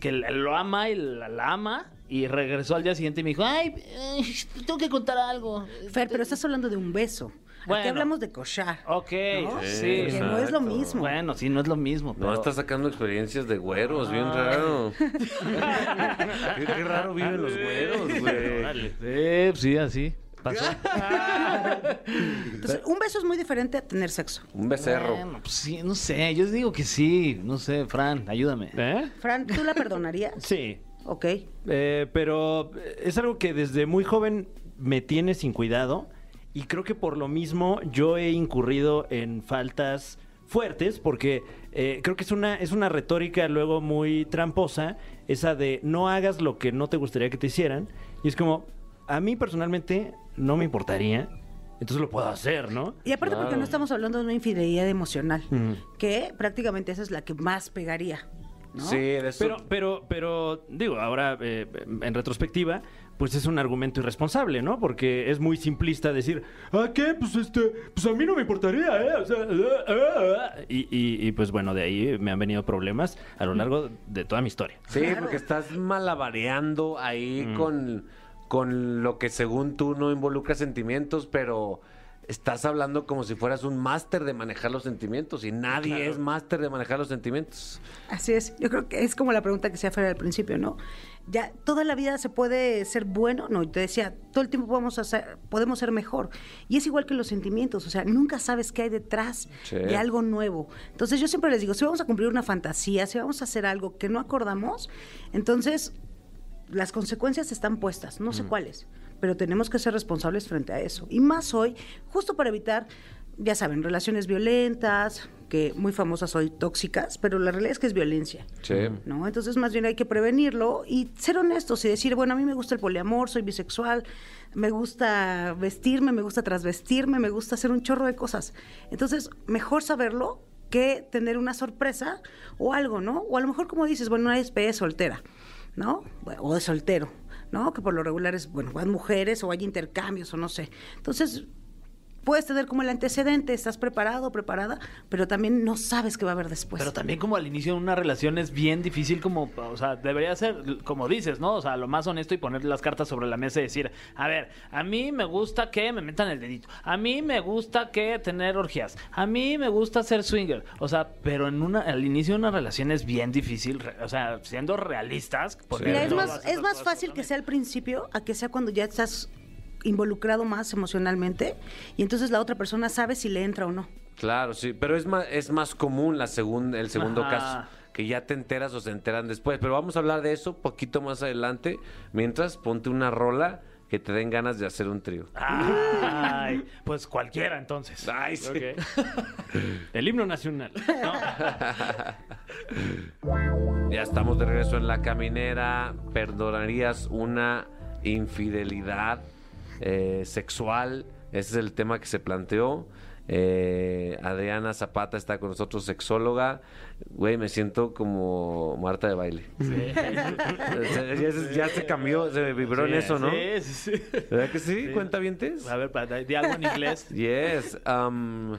Speaker 3: que la- lo ama y la, la ama y regresó al día siguiente y me dijo, ay, eh, tengo que contar algo.
Speaker 7: Fer, pero estás hablando de un beso.
Speaker 3: Bueno.
Speaker 7: Aquí hablamos de cochar.
Speaker 3: Ok,
Speaker 7: ¿no?
Speaker 3: sí.
Speaker 7: Que no es lo
Speaker 2: exacto.
Speaker 7: mismo.
Speaker 3: Bueno, sí, no es lo mismo.
Speaker 2: No,
Speaker 3: pero-
Speaker 2: estás sacando experiencias de güeros, bien raro. qué, qué raro viven los güeros, güey.
Speaker 3: Sí, sí, así. Pasó.
Speaker 7: Entonces, un beso es muy diferente a tener sexo.
Speaker 2: Un becerro.
Speaker 3: Bueno, pues sí, no sé, yo digo que sí, no sé, Fran, ayúdame.
Speaker 4: ¿Eh?
Speaker 7: Fran, ¿tú la perdonarías?
Speaker 4: Sí.
Speaker 7: Ok.
Speaker 4: Eh, pero es algo que desde muy joven me tiene sin cuidado y creo que por lo mismo yo he incurrido en faltas fuertes porque eh, creo que es una, es una retórica luego muy tramposa, esa de no hagas lo que no te gustaría que te hicieran. Y es como, a mí personalmente no me importaría, entonces lo puedo hacer, ¿no?
Speaker 7: Y aparte porque
Speaker 2: Claro.
Speaker 7: no estamos hablando de una infidelidad emocional,
Speaker 4: Ujú.
Speaker 7: que prácticamente esa es la que más pegaría. ¿no?
Speaker 2: Sí, de eso.
Speaker 4: Pero, pero, pero, digo, ahora eh, en retrospectiva, pues es un argumento irresponsable, ¿no? Porque es muy simplista decir, ¿ah, qué? Pues este, pues a mí no me importaría, ¿eh? O sea, ah, ah, ah". Y, y- y, pues bueno, de ahí me han venido problemas a lo largo de toda mi historia.
Speaker 2: Sí, porque estás malabareando ahí con, con lo que según tú no involucra sentimientos, pero estás hablando como si fueras un máster de manejar los sentimientos y nadie es máster de manejar los sentimientos.
Speaker 7: Así es. Yo creo que es como la pregunta que se hace al principio, ¿no? Ya toda la vida se puede ser bueno, no, te decía, todo el tiempo podemos, hacer, podemos ser mejor. Y es igual que los sentimientos, o sea, nunca sabes qué hay detrás
Speaker 2: Sí.
Speaker 7: de algo nuevo. Entonces yo siempre les digo, si vamos a cumplir una fantasía, si vamos a hacer algo que no acordamos, entonces las consecuencias están puestas, no sé cuáles, pero tenemos que ser responsables frente a eso. Y más hoy, justo para evitar, ya saben, relaciones violentas, que muy famosas hoy tóxicas, pero la realidad es que es violencia.
Speaker 2: Sí.
Speaker 7: ¿No? Entonces, más bien hay que prevenirlo y ser honestos y decir, bueno, a mí me gusta el poliamor, soy bisexual, me gusta vestirme, me gusta trasvestirme, me gusta hacer un chorro de cosas. Entonces, mejor saberlo que tener una sorpresa o algo, ¿no? O a lo mejor, como dices, bueno, una despedida de soltera, ¿no? O de soltero, ¿no? Que por lo regular es, bueno, van mujeres o hay intercambios o no sé. Entonces, puedes tener como el antecedente, estás preparado, preparada, pero también no sabes qué va a haber después.
Speaker 3: Pero también como al inicio de una relación es bien difícil como, o sea, debería ser, como dices, ¿no? O sea, lo más honesto y poner las cartas sobre la mesa y decir, a ver, a mí me gusta que me metan el dedito, a mí me gusta que tener orgías, a mí me gusta ser swinger, o sea, pero en una, al inicio de una relación es bien difícil, re- o sea, siendo realistas, porque
Speaker 7: Mira, es
Speaker 3: no
Speaker 7: más,
Speaker 3: vas a
Speaker 7: es
Speaker 3: hacer
Speaker 7: más
Speaker 3: todas
Speaker 7: fácil que
Speaker 3: cosas.
Speaker 7: sea al principio a que sea cuando ya estás involucrado más emocionalmente y entonces la otra persona sabe si le entra o no.
Speaker 2: Claro, sí, pero es más, es más común la segun- el segundo
Speaker 3: Ajá.
Speaker 2: caso, que ya te enteras o se enteran después. Pero vamos a hablar de eso poquito más adelante. Mientras, ponte una rola que te den ganas de hacer un trío.
Speaker 3: Ay, pues cualquiera entonces.
Speaker 7: Ah.
Speaker 2: Ay, sí.
Speaker 4: El himno nacional.
Speaker 2: Ya estamos de regreso en la caminera. ¿Perdonarías una infidelidad eh, sexual? Ese es el tema que se planteó. Eh, Adriana Zapata está con nosotros, sexóloga. Güey, me siento como Marta de baile. Se- ya, se, ya se cambió, se vibró en eso, ¿no?
Speaker 3: Sí, sí, sí.
Speaker 2: ¿Verdad que sí?
Speaker 3: Sí.
Speaker 2: ¿Cuenta vientes?
Speaker 3: A ver, para, di algo en inglés.
Speaker 2: Yes. um, um,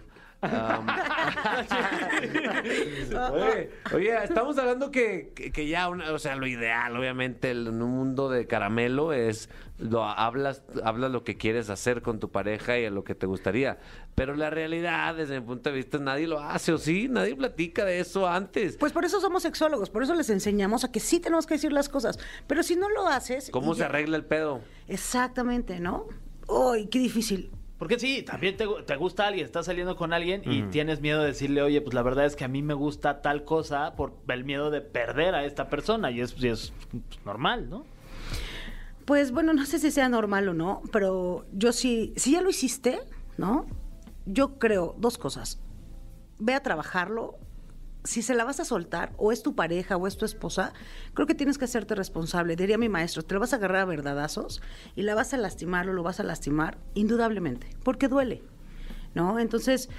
Speaker 2: Oye, oye, estamos hablando que, que- que ya, una- o sea, lo ideal, obviamente, el- en un mundo de caramelo es, lo, hablas, hablas lo que quieres hacer con tu pareja y a lo que te gustaría. Pero la realidad, desde mi punto de vista, nadie lo hace, ¿o sí? Nadie platica de eso antes.
Speaker 7: Pues por eso somos sexólogos, por eso les enseñamos a que sí tenemos que decir las cosas, pero si no lo haces...
Speaker 2: ¿Cómo
Speaker 7: y
Speaker 2: se
Speaker 7: ya-
Speaker 2: arregla el pedo?
Speaker 7: Exactamente, ¿no? ¡Uy, qué difícil!
Speaker 3: Porque sí, también te, gu- te gusta alguien, estás saliendo con alguien y tienes miedo de decirle, oye, pues la verdad es que a mí me gusta tal cosa por el miedo de perder a esta persona y es, y es pues, normal, ¿no?
Speaker 7: Pues bueno, no sé si sea normal o no, pero yo sí, si ya lo hiciste, ¿no? Yo creo dos cosas. Ve a trabajarlo. Si se la vas a soltar, o es tu pareja, o es tu esposa, creo que tienes que hacerte responsable. Diría mi maestro, te lo vas a agarrar a verdadazos y la vas a lastimar o lo vas a lastimar, indudablemente, porque duele, ¿no? Entonces,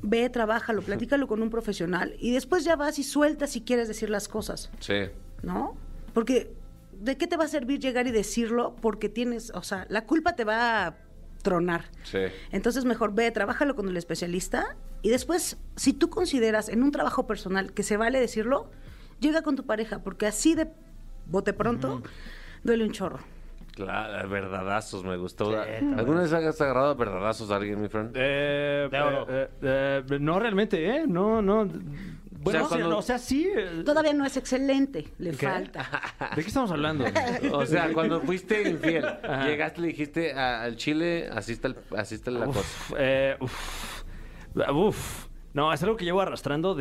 Speaker 7: ve, trabájalo, platícalo con un profesional y después ya vas y sueltas si quieres decir las cosas.
Speaker 2: Sí.
Speaker 7: ¿no? Porque ¿de qué te va a servir llegar y decirlo? Porque tienes, o sea, la culpa te va a tronar.
Speaker 2: Sí.
Speaker 7: Entonces mejor ve, trabájalo con el especialista y después, si tú consideras en un trabajo personal que se vale decirlo, llega con tu pareja, porque así de bote pronto duele un chorro.
Speaker 2: Claro, verdadazos, me gustó.
Speaker 3: Sí, está
Speaker 2: ¿Alguna vez has agarrado a verdadazos a alguien, mi friend?
Speaker 4: Eh,
Speaker 3: De oro.
Speaker 4: eh, eh, eh, no, realmente, ¿eh? No, no. Bueno, o sea,
Speaker 2: cuando-
Speaker 4: no, o sea, sí. eh,
Speaker 7: Todavía no es excelente, le falta.
Speaker 4: ¿De qué estamos hablando?
Speaker 2: O sea, cuando fuiste infiel, llegaste y le dijiste a- al chile, así está, el- así está la cosa.
Speaker 4: Uf, eh, uf, uf. No, es algo que llevo arrastrando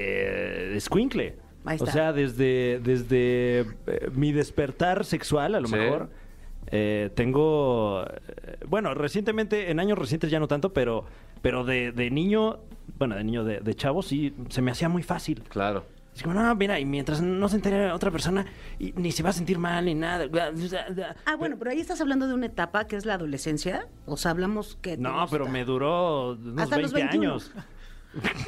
Speaker 4: desde Squinkle.
Speaker 7: Ahí
Speaker 4: O
Speaker 7: está.
Speaker 4: sea, desde, desde eh, mi despertar sexual, a lo
Speaker 2: Sí.
Speaker 4: mejor. eh, tengo. eh, Bueno, recientemente, en años recientes ya no tanto, pero, pero de, de niño, bueno, de niño, de, de chavo, sí, se me hacía muy fácil.
Speaker 2: Claro.
Speaker 4: Es como, no, mira, y mientras no se entere la otra persona, y ni se va a sentir mal ni nada.
Speaker 7: Ah, bueno, pero ahí estás hablando de una etapa que es la adolescencia. O sea, hablamos que... te
Speaker 4: No, pero
Speaker 7: gusta.
Speaker 4: me duró unos
Speaker 7: Hasta los
Speaker 4: 20
Speaker 7: 21.
Speaker 4: años.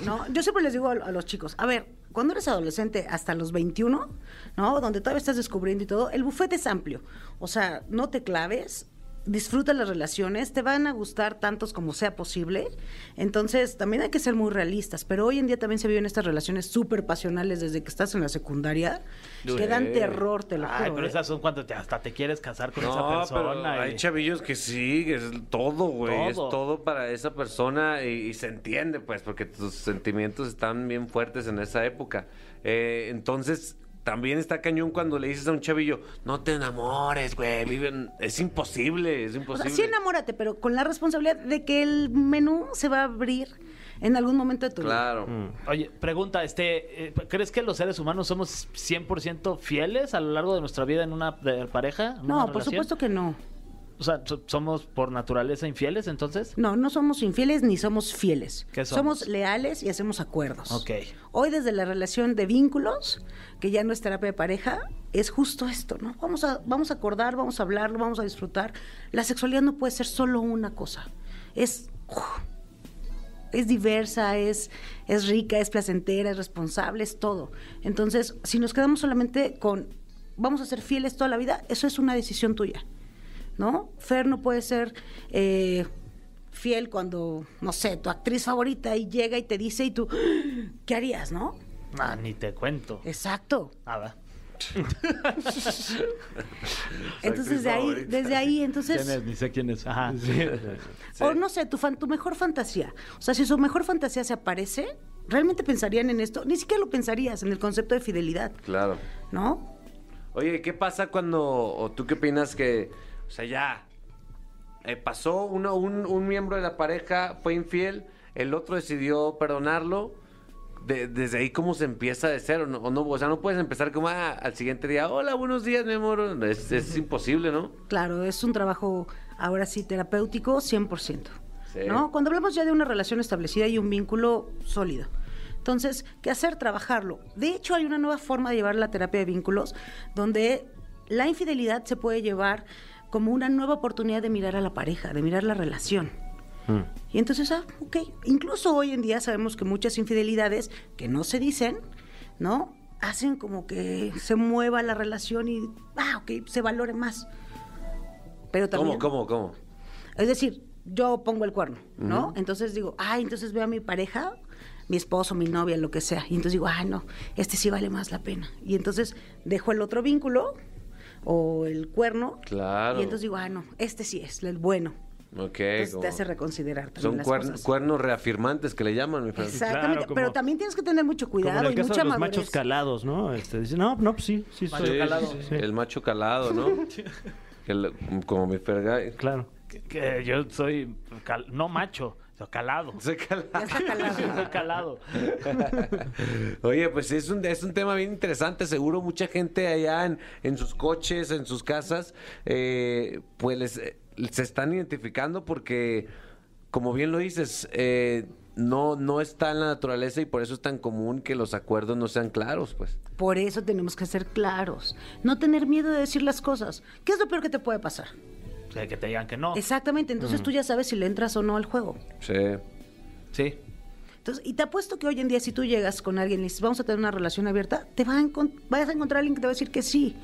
Speaker 7: ¿no? Yo siempre les digo a, a los chicos, a ver, cuando eres adolescente hasta los 21, ¿no? Donde todavía estás descubriendo y todo, el bufete es amplio. O sea, no te claves, disfruta las relaciones, te van a gustar tantos como sea posible. Entonces, también hay que ser muy realistas, pero hoy en día también se viven estas relaciones súper pasionales desde que estás en la secundaria, que dan terror, te lo
Speaker 3: Ay,
Speaker 7: juro,
Speaker 3: pero
Speaker 7: ¿eh?
Speaker 3: esas son cuando te- hasta te quieres casar con esa
Speaker 2: No, pero
Speaker 3: persona.
Speaker 2: hay
Speaker 3: y-
Speaker 2: chavillos que sí, que es todo, güey. Es
Speaker 3: Todo.
Speaker 2: todo para esa persona y, y se entiende, pues, porque tus sentimientos están bien fuertes en esa época. Eh, entonces, también está cañón cuando le dices a un chavillo, no te enamores, güey. viven- Es imposible, es
Speaker 7: O
Speaker 2: imposible.
Speaker 7: sea, sí enamórate, pero con la responsabilidad de que el menú se va a abrir en algún momento de tu vida.
Speaker 2: Claro.
Speaker 3: Oye, pregunta, este, eh, ¿crees que los seres humanos somos 100% fieles a lo largo de nuestra vida en una de- pareja? en
Speaker 7: No,
Speaker 3: una
Speaker 7: por
Speaker 3: relación?
Speaker 7: supuesto que no.
Speaker 3: O sea, so- ¿somos por naturaleza infieles entonces?
Speaker 7: No, no somos infieles ni somos fieles.
Speaker 3: ¿Qué somos?
Speaker 7: leales y hacemos acuerdos.
Speaker 3: Ok.
Speaker 7: Hoy desde la relación de vínculos, que ya no es terapia de pareja, es justo esto, ¿no? Vamos a, vamos a acordar, vamos a hablarlo, vamos a disfrutar. La sexualidad no puede ser solo una cosa. Es, uf, es diversa, es, es rica, es placentera, es responsable, es todo. Entonces, si nos quedamos solamente con vamos a ser fieles toda la vida, eso es una decisión tuya. ¿no? Fer no puede ser eh, fiel cuando, no sé, tu actriz favorita y llega y te dice y tú, ¿qué harías, no?
Speaker 3: Ah, ni te cuento.
Speaker 7: Eh.
Speaker 3: Ah,
Speaker 7: Exacto.
Speaker 3: Nada.
Speaker 7: Entonces, de ahí,
Speaker 2: favorita.
Speaker 7: desde ahí, entonces...
Speaker 3: ¿Quién es? Ni sé quién es. Ajá.
Speaker 7: O no sé, tu, fan- tu mejor fantasía. O sea, si su mejor fantasía se aparece, ¿realmente pensarían en esto? Ni siquiera lo pensarías en el concepto de fidelidad,
Speaker 2: Claro.
Speaker 7: ¿no?
Speaker 2: Oye, ¿qué pasa cuando, o tú qué opinas que, o sea, ya, eh, pasó uno, un, un miembro de la pareja, fue infiel, el otro decidió perdonarlo, de- desde ahí cómo se empieza de cero, ¿no? O, no, o sea, no puedes empezar como ah, al siguiente día, hola, buenos días, mi amor, es, es imposible, ¿no?
Speaker 7: Claro, es un trabajo ahora sí terapéutico 100%.
Speaker 2: Sí.
Speaker 7: ¿no? Cuando hablamos ya de una relación establecida y un vínculo sólido. Entonces, ¿qué hacer? Trabajarlo. De hecho, hay una nueva forma de llevar la terapia de vínculos donde la infidelidad se puede llevar como una nueva oportunidad de mirar a la pareja, de mirar la relación. Y entonces, ah, ok. Incluso hoy en día sabemos que muchas infidelidades que no se dicen, ¿no? Hacen como que se mueva la relación y, ah, ok, se valore más. Pero también...
Speaker 2: ¿Cómo, cómo, cómo?
Speaker 7: Es decir, yo pongo el cuerno, ¿no? Entonces digo, ay, entonces veo a mi pareja, mi esposo, mi novia, lo que sea. Y entonces digo, ay, no, este sí vale más la pena. Y entonces dejo el otro vínculo o el cuerno.
Speaker 2: Claro.
Speaker 7: Y entonces digo, ah, no, este sí es el bueno.
Speaker 2: Ok.
Speaker 7: Entonces
Speaker 2: como-
Speaker 7: te hace reconsiderar también
Speaker 2: Son
Speaker 7: las
Speaker 2: cuern-
Speaker 7: cosas.
Speaker 2: cuernos reafirmantes que le llaman, mi Fran.
Speaker 7: Exactamente,
Speaker 4: Claro, como-
Speaker 7: pero también tienes que tener mucho
Speaker 4: Como
Speaker 7: cuidado
Speaker 4: en el
Speaker 7: y
Speaker 4: caso
Speaker 7: mucha
Speaker 4: de los
Speaker 7: madurez.
Speaker 4: machos calados, ¿no? Este, dice, no, no, pues sí, sí,
Speaker 3: Macho
Speaker 4: soy".
Speaker 2: Sí,
Speaker 3: calado.
Speaker 2: sí, sí,
Speaker 4: Sí.
Speaker 2: El macho calado, ¿no? Que lo- como mi Fergay.
Speaker 4: Claro.
Speaker 3: Que yo soy cal- no macho, soy calado.
Speaker 2: Se cala-
Speaker 7: Ya está calado.
Speaker 3: Soy calado.
Speaker 2: Oye, pues es un, es un tema bien interesante. Seguro mucha gente allá en, en sus coches, en sus casas, eh, pues les- eh, se están identificando porque, como bien lo dices, eh, no, no está en la naturaleza y por eso es tan común que los acuerdos no sean claros, pues.
Speaker 7: Por eso tenemos que ser claros, no tener miedo de decir las cosas. ¿Qué es lo peor que te puede pasar?
Speaker 3: O sea, que te digan que no.
Speaker 7: Exactamente, entonces
Speaker 4: Mm.
Speaker 7: tú ya sabes si le entras o no al juego.
Speaker 2: Sí.
Speaker 3: Sí.
Speaker 7: Entonces, y te apuesto que hoy en día si tú llegas con alguien y le dices, vamos a tener una relación abierta, te va a encon- vas a encontrar alguien que te va a decir que sí.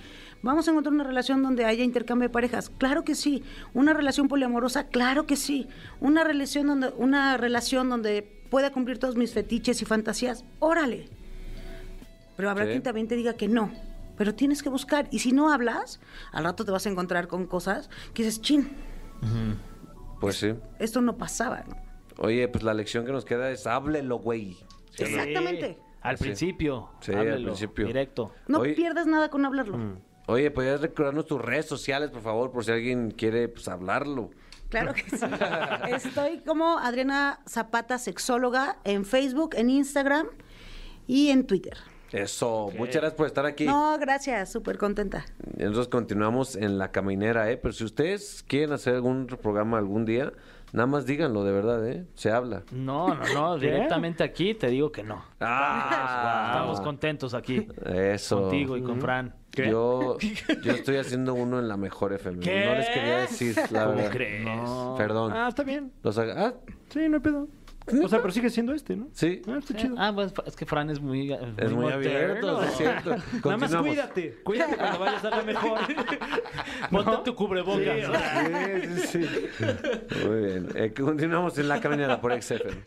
Speaker 7: Vamos a encontrar una relación donde haya intercambio de parejas, claro que sí. Una relación poliamorosa, claro que sí. Una relación donde, una relación donde pueda cumplir todos mis fetiches y fantasías, órale. Pero habrá
Speaker 2: Sí.
Speaker 7: quien también te diga que no. Pero tienes que buscar. Y si no hablas, al rato te vas a encontrar con cosas que dices, chin,
Speaker 2: Pues sí.
Speaker 7: esto no pasaba. ¿no?
Speaker 2: Oye, pues la lección que nos queda es háblelo, güey.
Speaker 3: Sí.
Speaker 7: Exactamente.
Speaker 3: Al
Speaker 2: Sí.
Speaker 3: principio.
Speaker 2: Sí, al principio.
Speaker 3: Directo.
Speaker 7: No
Speaker 2: Oye- Mm.
Speaker 7: pierdas nada con hablarlo.
Speaker 2: Oye, ¿podrías recordarnos tus redes sociales, por favor, por si alguien quiere pues, hablarlo?
Speaker 7: Claro que sí. Estoy como Adriana Zapata, sexóloga, en Facebook, en Instagram y en Twitter.
Speaker 2: Eso, muchas gracias por estar aquí.
Speaker 7: No, gracias, súper contenta.
Speaker 2: Nosotros continuamos en la caminera, ¿eh? Pero si ustedes quieren hacer algún programa algún día, nada más díganlo, de verdad, ¿eh? Se habla.
Speaker 3: No, no, no. directamente aquí te digo que no.
Speaker 2: ¡Ah!
Speaker 3: Estamos contentos aquí.
Speaker 2: Eso.
Speaker 3: Contigo y con Fran.
Speaker 2: Yo, yo estoy haciendo uno en la mejor FM.
Speaker 3: ¿Qué?
Speaker 2: No les quería decir, la
Speaker 4: ¿Cómo
Speaker 2: verdad.
Speaker 4: crees?
Speaker 2: Perdón.
Speaker 4: Ah, está bien.
Speaker 2: Los ag- ah,
Speaker 4: Sí, no hay pedo. O sea, pero sigue siendo este, ¿no?
Speaker 2: Sí.
Speaker 4: Ah, está chido.
Speaker 3: Ah, pues es que Fran es muy.
Speaker 2: Es muy abierto,
Speaker 3: moderno.
Speaker 2: sí, es cierto.
Speaker 4: Nada más
Speaker 2: Continuamos.
Speaker 4: cuídate. Cuídate cuando vayas a la mejor.
Speaker 3: Ponte tu cubrebocas.
Speaker 2: Sí, sí, sí. Muy bien. Eh, continuamos en la caminera por XFM.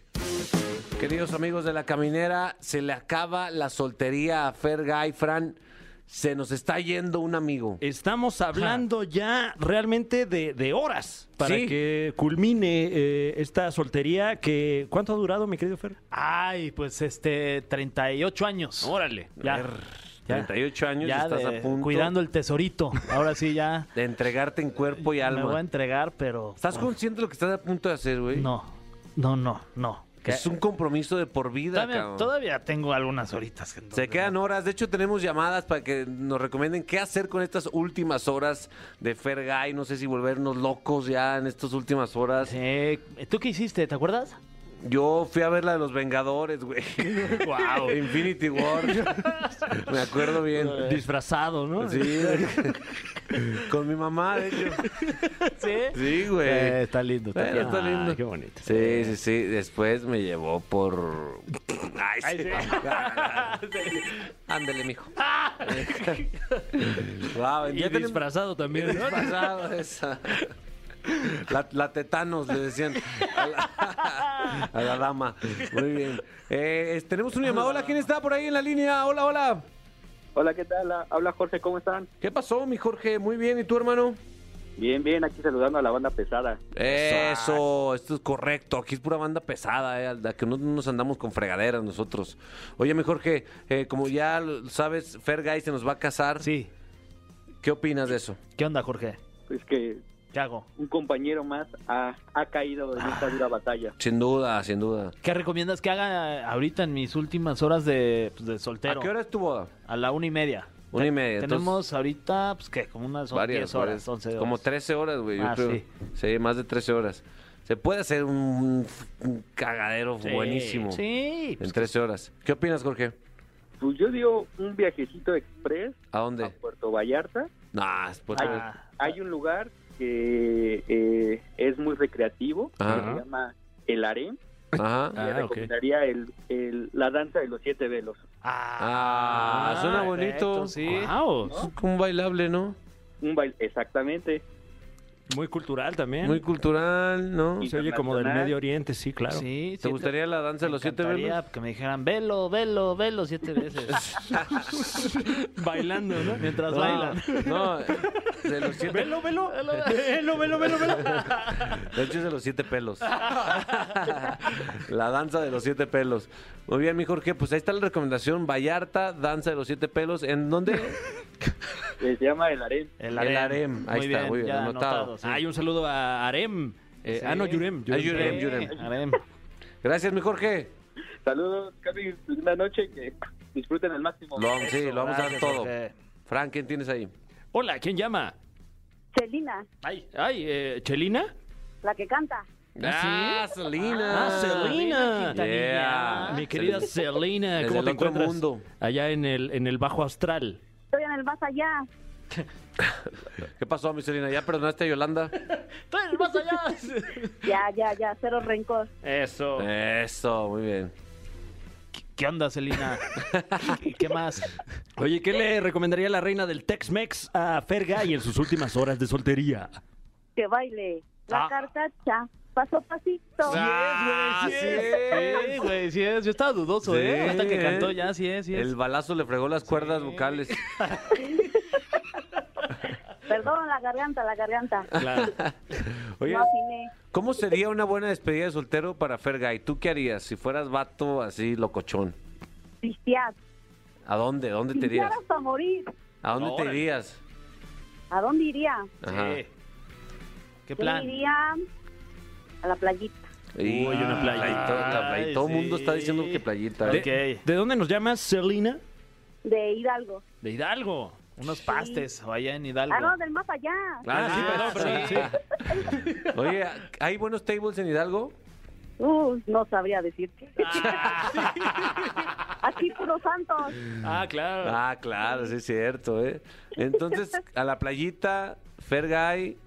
Speaker 2: Queridos amigos de la caminera, se le acaba la soltería a Ferga y Fran. Se nos está yendo un amigo.
Speaker 4: Estamos hablando ya realmente de, de horas para
Speaker 2: Sí.
Speaker 4: que culmine eh, esta soltería que... ¿Cuánto ha durado, mi querido Fer?
Speaker 3: Ay, pues este, 38 años.
Speaker 4: Órale.
Speaker 3: Ya. ya.
Speaker 2: 38 años y
Speaker 3: Ya
Speaker 2: estás
Speaker 3: de-
Speaker 2: a punto
Speaker 3: cuidando el tesorito. Ahora sí ya
Speaker 2: de entregarte en cuerpo y
Speaker 3: me voy a
Speaker 2: alma.
Speaker 3: entregar, pero
Speaker 2: ¿Estás consciente de lo que estás a punto de hacer, güey?
Speaker 3: no, no, no, no.
Speaker 2: Es un compromiso de por vida,
Speaker 3: Todavía,
Speaker 2: cabrón.
Speaker 3: todavía tengo algunas horitas.
Speaker 2: Se quedan horas. De hecho, tenemos llamadas para que nos recomienden qué hacer con estas últimas horas de Fergay. No sé si volvernos locos ya en estas últimas horas.
Speaker 3: Sí. ¿Tú qué hiciste? ¿Te acuerdas?
Speaker 2: Yo fui a ver la de los Vengadores, güey.
Speaker 3: Guau.
Speaker 2: Infinity War. Me acuerdo bien.
Speaker 4: Disfrazado, ¿no?
Speaker 2: Sí. Con mi mamá, de hecho.
Speaker 3: Sí.
Speaker 2: Sí, güey.
Speaker 3: Eh, está lindo. está
Speaker 2: Bueno, está lindo.
Speaker 4: qué bonito.
Speaker 2: Sí, sí, sí. Después me llevó por. Ay, sí. Ándele, mijo. Guau,
Speaker 4: Y
Speaker 2: ya tenemos-
Speaker 4: disfrazado también, ¿no?
Speaker 2: Disfrazado, esa. La, la tetanos, le decían a la, a la dama. Muy bien. Eh, es- tenemos un llamado. Hola, ¿quién está por ahí en la línea? Hola, hola.
Speaker 5: Hola, ¿qué tal? Ah, Habla Jorge, ¿cómo están?
Speaker 2: ¿Qué pasó, mi Jorge? Muy bien. ¿Y tú, hermano?
Speaker 5: Bien, bien, aquí saludando a la banda pesada.
Speaker 2: Eso, esto es correcto. Aquí es pura banda pesada, eh, la que no nos andamos con fregaderas nosotros. Oye, mi Jorge, eh, como ya lo sabes, Fergay se nos va a casar.
Speaker 3: Sí.
Speaker 2: ¿Qué opinas de eso?
Speaker 3: ¿Qué onda, Jorge?
Speaker 5: Es que
Speaker 3: ¿Qué hago?
Speaker 5: un compañero más ha, ha caído en esta
Speaker 4: Ah.
Speaker 5: dura batalla.
Speaker 2: Sin duda, sin duda.
Speaker 3: ¿Qué recomiendas que haga ahorita en mis últimas horas de, pues, de soltero?
Speaker 2: ¿A qué hora es tu boda?
Speaker 3: A la una y media.
Speaker 2: Una y media,
Speaker 3: Tenemos ahorita, pues, ¿qué? Como unas
Speaker 2: Varias,
Speaker 3: 10 horas,
Speaker 2: varias.
Speaker 3: 11 horas.
Speaker 2: Como 13 horas, güey, yo
Speaker 3: Ah,
Speaker 2: creo. Sí.
Speaker 3: sí.
Speaker 2: más de 13 horas. Se puede hacer un, un cagadero
Speaker 3: Sí,
Speaker 2: buenísimo
Speaker 3: Sí.
Speaker 2: en 13 horas. ¿Qué opinas, Jorge?
Speaker 5: Pues yo digo un viajecito express
Speaker 2: ¿A
Speaker 5: a
Speaker 2: dónde?
Speaker 5: Puerto Vallarta.
Speaker 2: Nah, es por-
Speaker 3: Ah,
Speaker 5: Hay un lugar que eh, es muy recreativo, que
Speaker 2: Ajá.
Speaker 5: se llama El Harén.
Speaker 2: Ajá.
Speaker 5: Le
Speaker 4: Ah, ok.
Speaker 5: recomendaría el, el- la danza de los siete velos.
Speaker 2: Ah, suena bonito.
Speaker 3: perfecto, sí.
Speaker 4: Wow,
Speaker 2: Es como un bailable, ¿no?
Speaker 5: Un baile, exactamente.
Speaker 4: muy cultural también.
Speaker 2: Muy cultural, ¿no?
Speaker 5: Y-
Speaker 4: Se oye como del Medio Oriente, sí, claro.
Speaker 3: Sí,
Speaker 2: ¿Te
Speaker 3: siete-
Speaker 2: gustaría la danza de
Speaker 3: me
Speaker 2: los siete
Speaker 3: encantaría
Speaker 2: velos?
Speaker 3: Que me dijeran, velo, velo, velo siete veces.
Speaker 4: Bailando, ¿no?
Speaker 3: Mientras
Speaker 2: No,
Speaker 3: bailan.
Speaker 2: No, de los siete.
Speaker 4: Velo, velo, velo, velo, velo, velo.
Speaker 2: De hecho es de los siete pelos. la danza de los siete pelos. Muy bien, mi Jorge, pues ahí está la recomendación. Vallarta, danza de los siete pelos. ¿En dónde?
Speaker 5: Se llama El Harén.
Speaker 2: El harem. Ahí está, muy bien,
Speaker 3: ya
Speaker 2: anotado.
Speaker 3: sí.
Speaker 4: Hay un saludo a Arem. Eh,
Speaker 3: Sí.
Speaker 4: Ah, no, Yurem.
Speaker 2: Ah, Yurem,
Speaker 3: Eh,
Speaker 2: Yurem.
Speaker 3: harem.
Speaker 2: Gracias, mi Jorge.
Speaker 5: Saludos, Cami, pues, una noche que disfruten al máximo.
Speaker 2: Lo vamos, sí, lo vamos a dar
Speaker 3: gracias,
Speaker 2: todo.
Speaker 3: Jorge.
Speaker 2: Frank, ¿quién tienes ahí?
Speaker 4: Hola, ¿quién llama?
Speaker 6: Celina,
Speaker 4: Ay, ay, eh, ¿Chelina?
Speaker 6: la que canta.
Speaker 2: Ah, Selena.
Speaker 4: Ah, Selena.
Speaker 2: Yeah.
Speaker 4: Mi querida Selena,
Speaker 2: Desde
Speaker 4: ¿cómo
Speaker 2: el
Speaker 4: te
Speaker 2: otro
Speaker 4: encuentras?
Speaker 2: mundo.
Speaker 4: Allá en el, en el Bajo Austral.
Speaker 6: Estoy en el más allá.
Speaker 2: ¿Qué pasó, mi Selena? ¿Ya perdonaste a Yolanda?
Speaker 3: Pero más allá.
Speaker 6: Ya, ya, ya, cero rencor.
Speaker 4: Eso.
Speaker 2: Eso, muy bien.
Speaker 3: ¿Qué onda, Celina? ¿Qué más?
Speaker 4: Oye, ¿qué le recomendaría la reina del Tex-Mex a Fergay en sus últimas horas de soltería?
Speaker 6: Que baile la
Speaker 4: Ah.
Speaker 6: carcacha, paso a pasito.
Speaker 2: Ah, sí
Speaker 3: Sí, güey, sí es. Yo estaba dudoso,
Speaker 2: Sí,
Speaker 3: ¿eh? Ahorita que
Speaker 2: ¿eh?
Speaker 3: cantó ya, sí es, sí es.
Speaker 2: El balazo le fregó las cuerdas vocales.
Speaker 6: Perdón, la garganta, la garganta.
Speaker 2: Oye,
Speaker 6: No afiné.
Speaker 2: ¿cómo sería una buena despedida de soltero para Fergay? ¿Tú qué harías si fueras vato así locochón?
Speaker 6: Pistear.
Speaker 2: ¿A dónde? ¿A dónde te
Speaker 6: Pistear
Speaker 2: irías?
Speaker 6: hasta morir.
Speaker 2: ¿A dónde te
Speaker 4: Órale.
Speaker 2: irías?
Speaker 6: ¿A dónde iría?
Speaker 2: Ajá.
Speaker 4: Sí.
Speaker 3: ¿Qué
Speaker 6: Yo
Speaker 3: plan?
Speaker 6: iría a la playita.
Speaker 2: Y-
Speaker 4: Uy, una playita.
Speaker 2: Playita, playita. Todo el
Speaker 3: Ay,
Speaker 2: mundo está diciendo
Speaker 3: sí.
Speaker 2: que playita.
Speaker 3: De-
Speaker 2: ¿eh?
Speaker 4: ¿De, de dónde nos llamas, Selena?
Speaker 6: De Hidalgo.
Speaker 4: De Hidalgo.
Speaker 3: Unos pastes o allá en Hidalgo.
Speaker 6: Ah, no, del más allá.
Speaker 2: Ah, sí,
Speaker 4: Ah,
Speaker 2: perdón, perdón,
Speaker 4: sí.
Speaker 2: sí. Oye, ¿hay buenos tables en Hidalgo?
Speaker 6: Uh, no sabría decirte. Aquí puro santos.
Speaker 4: Ah, claro.
Speaker 2: Ah, claro, sí es cierto, ¿eh? Entonces, a la playita, Fergay,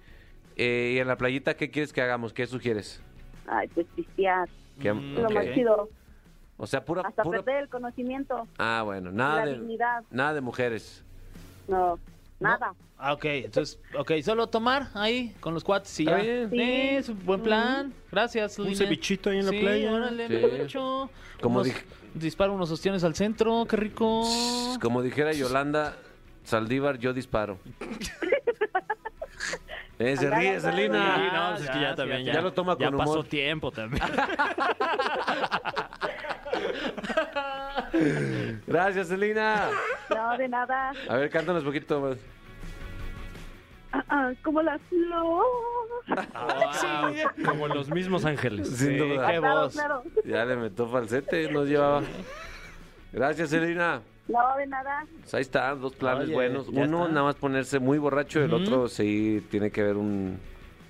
Speaker 2: eh, y en la playita, ¿qué quieres que hagamos? ¿Qué sugieres?
Speaker 6: Ay, pues pistear.
Speaker 2: Que-
Speaker 3: Mm,
Speaker 6: Lo
Speaker 2: ok.
Speaker 6: más chido.
Speaker 2: O sea, pura...
Speaker 6: Hasta
Speaker 2: pura-
Speaker 6: perder el conocimiento.
Speaker 2: Ah, bueno, nada
Speaker 6: la
Speaker 2: de,
Speaker 6: dignidad.
Speaker 2: nada de mujeres.
Speaker 6: No, nada.
Speaker 3: Ah, ok, entonces, ok, solo tomar ahí con los cuates y
Speaker 2: Está
Speaker 3: ya.
Speaker 2: bien.
Speaker 6: Sí.
Speaker 3: Eh, es un buen plan. Gracias,
Speaker 4: Un
Speaker 3: Lina.
Speaker 4: cevichito ahí en la
Speaker 3: Sí,
Speaker 4: playa.
Speaker 3: Órale,
Speaker 2: Sí.
Speaker 3: mucho.
Speaker 2: Como
Speaker 3: Unos-
Speaker 2: dije-
Speaker 3: Disparo unos ostiones al centro, qué rico.
Speaker 2: Como dijera Yolanda Saldívar, yo disparo. Eh, se
Speaker 6: Andaba
Speaker 2: ríe,
Speaker 6: todo
Speaker 2: Selena.
Speaker 6: bien.
Speaker 4: no, pues es que ya
Speaker 3: gracias,
Speaker 4: también.
Speaker 2: ya lo toma
Speaker 4: ya
Speaker 2: con
Speaker 4: pasó
Speaker 2: humor.
Speaker 4: tiempo también.
Speaker 2: Gracias, Selena.
Speaker 6: No, de nada.
Speaker 2: A ver, cántanos un poquito más.
Speaker 6: Ah, ah, como la flor.
Speaker 4: Wow, Como los mismos ángeles.
Speaker 2: Sin
Speaker 3: Sí,
Speaker 2: duda.
Speaker 3: qué
Speaker 6: Claro,
Speaker 3: voz.
Speaker 6: claro.
Speaker 2: Ah, Ya le metió falsete, nos llevaba. Gracias, Selena.
Speaker 6: No, de nada.
Speaker 2: Pues ahí están, dos planes
Speaker 4: Oye,
Speaker 2: buenos.
Speaker 4: ya
Speaker 2: Uno
Speaker 4: está.
Speaker 2: nada más ponerse muy borracho, el otro sí tiene que ver un,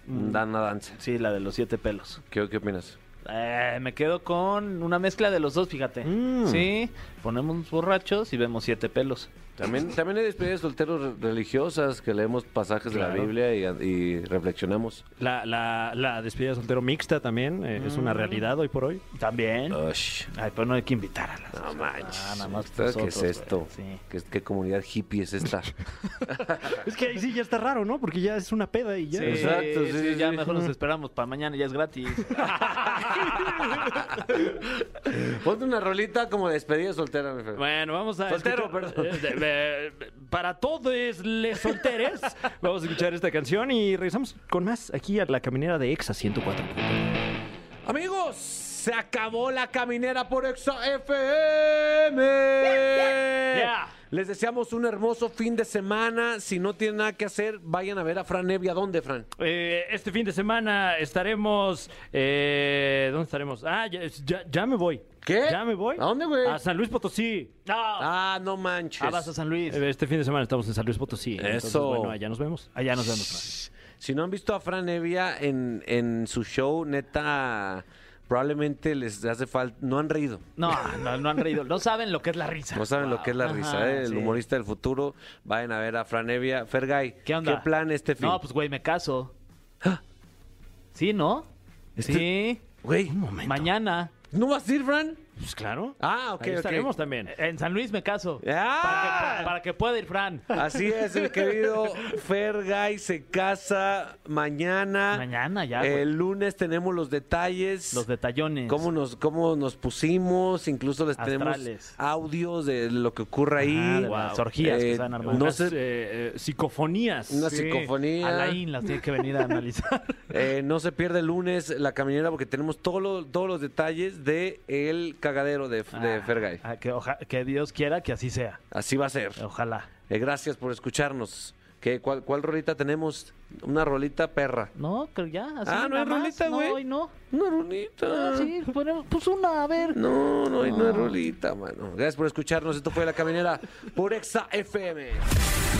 Speaker 4: Mm.
Speaker 2: un dan una danza.
Speaker 3: Sí, la de los siete pelos.
Speaker 2: ¿Qué, qué opinas?
Speaker 3: Eh, me quedo con una mezcla de los dos, fíjate.
Speaker 4: Mm.
Speaker 3: Sí, ponemos borrachos y vemos siete pelos.
Speaker 2: También, también hay despedidas de solteros re- religiosas que leemos pasajes de la
Speaker 4: Claro.
Speaker 2: Biblia y, y reflexionamos.
Speaker 4: La, la, la despedida de soltero mixta también eh, es una realidad hoy por hoy.
Speaker 3: Mm. También.
Speaker 2: Ush,
Speaker 3: Ay, pero no hay que invitar a las.
Speaker 2: no manches.
Speaker 3: Ah, nada más
Speaker 2: ¿Sabes ¿Qué es
Speaker 3: nosotros,
Speaker 2: esto?
Speaker 3: güey, sí.
Speaker 2: ¿Qué, qué comunidad hippie es esta?
Speaker 4: Es que ahí sí ya está raro, ¿no? Porque ya es una peda y ya.
Speaker 3: Sí,
Speaker 2: Exacto, sí,
Speaker 3: sí,
Speaker 2: sí,
Speaker 3: ya
Speaker 2: sí.
Speaker 3: mejor nos esperamos para mañana, ya es gratis.
Speaker 2: Ponte una rolita como de despedida soltera, mi Fer.
Speaker 4: Bueno, vamos a.
Speaker 2: Soltero, perdón.
Speaker 4: Eh, eh, eh, para todos les solteres, vamos a escuchar esta canción y regresamos con más aquí a la caminera de Exa 104.
Speaker 2: Amigos, se acabó la caminera por Exa FM.
Speaker 4: Yeah.
Speaker 2: Les deseamos un hermoso fin de semana. Si no tienen nada que hacer, vayan a ver a Fran Nevia. ¿Dónde, Fran?
Speaker 4: Eh, este fin de semana estaremos. eh, ¿Dónde estaremos? Ah, ya, ya- ya me voy.
Speaker 2: ¿Qué?
Speaker 4: ¿Ya me voy?
Speaker 2: ¿A dónde, güey?
Speaker 4: A San Luis Potosí.
Speaker 2: Ah, no manches.
Speaker 3: Ah, vas a San Luis.
Speaker 4: Eh, Este fin de semana estamos en San Luis Potosí. Entonces,
Speaker 2: Eso.
Speaker 4: bueno, allá nos vemos.
Speaker 3: Allá nos vemos.
Speaker 2: Si no han visto a Fran Evia en, en su show, neta, probablemente les hace falta. No han reído.
Speaker 3: No, no, no han reído. No saben lo que es la risa.
Speaker 2: No saben lo que es la
Speaker 3: Ajá,
Speaker 2: risa, ¿eh? El
Speaker 3: sí.
Speaker 2: humorista del futuro. Vayan a ver a Fran Evia. Fergay,
Speaker 3: ¿Qué onda?
Speaker 2: plan ¡Ah! este fin?
Speaker 3: No, pues güey, me caso. ¿Sí, no?
Speaker 2: Este
Speaker 3: Sí.
Speaker 2: Güey,
Speaker 3: Mañana.
Speaker 2: ¿no vas a ir, Fran?
Speaker 4: Pues claro.
Speaker 2: Ah, ok,
Speaker 4: Ahí
Speaker 2: ok.
Speaker 4: estaremos también.
Speaker 3: En San Luis me caso. Para,
Speaker 2: ¡Ah!
Speaker 3: que, para que pueda ir Fran.
Speaker 2: Así es, el querido Fergay se casa mañana.
Speaker 3: Mañana ya, güey.
Speaker 2: El lunes tenemos los detalles.
Speaker 3: Los detallones.
Speaker 2: Cómo nos, cómo nos pusimos, incluso les tenemos
Speaker 3: Astrales.
Speaker 2: audios de lo que ocurre ahí.
Speaker 3: Ajá, de las orgías que se van a armar.
Speaker 2: No
Speaker 4: Unas,
Speaker 2: sé,
Speaker 4: eh, eh, psicofonías.
Speaker 2: una
Speaker 3: Sí.
Speaker 2: psicofonía.
Speaker 3: Alain las tiene que venir a analizar.
Speaker 2: Eh, no se pierde el lunes la caminera porque tenemos todo lo- todos los detalles de el cagadero de, de
Speaker 3: Ah,
Speaker 2: Fergay.
Speaker 3: ah, que, oja- que Dios quiera que así sea.
Speaker 2: Así va a ser.
Speaker 3: Ojalá.
Speaker 2: Eh, gracias por escucharnos. ¿Qué, cuál, ¿Cuál rolita tenemos? Una rolita perra.
Speaker 3: No, creo ya. así
Speaker 2: Ah, ¿no
Speaker 3: nada
Speaker 2: hay
Speaker 3: más.
Speaker 2: rolita, güey?
Speaker 3: No, hoy no.
Speaker 2: Una rolita.
Speaker 3: Ah, sí, ponemos- pues una, a ver.
Speaker 2: No, no hay una rolita, mano. Gracias por escucharnos. Esto fue La Caminera por Exa FM.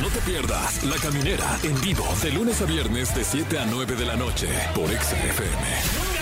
Speaker 1: No te pierdas La Caminera en vivo de lunes a viernes de 7 a 9 de la noche por Exa FM.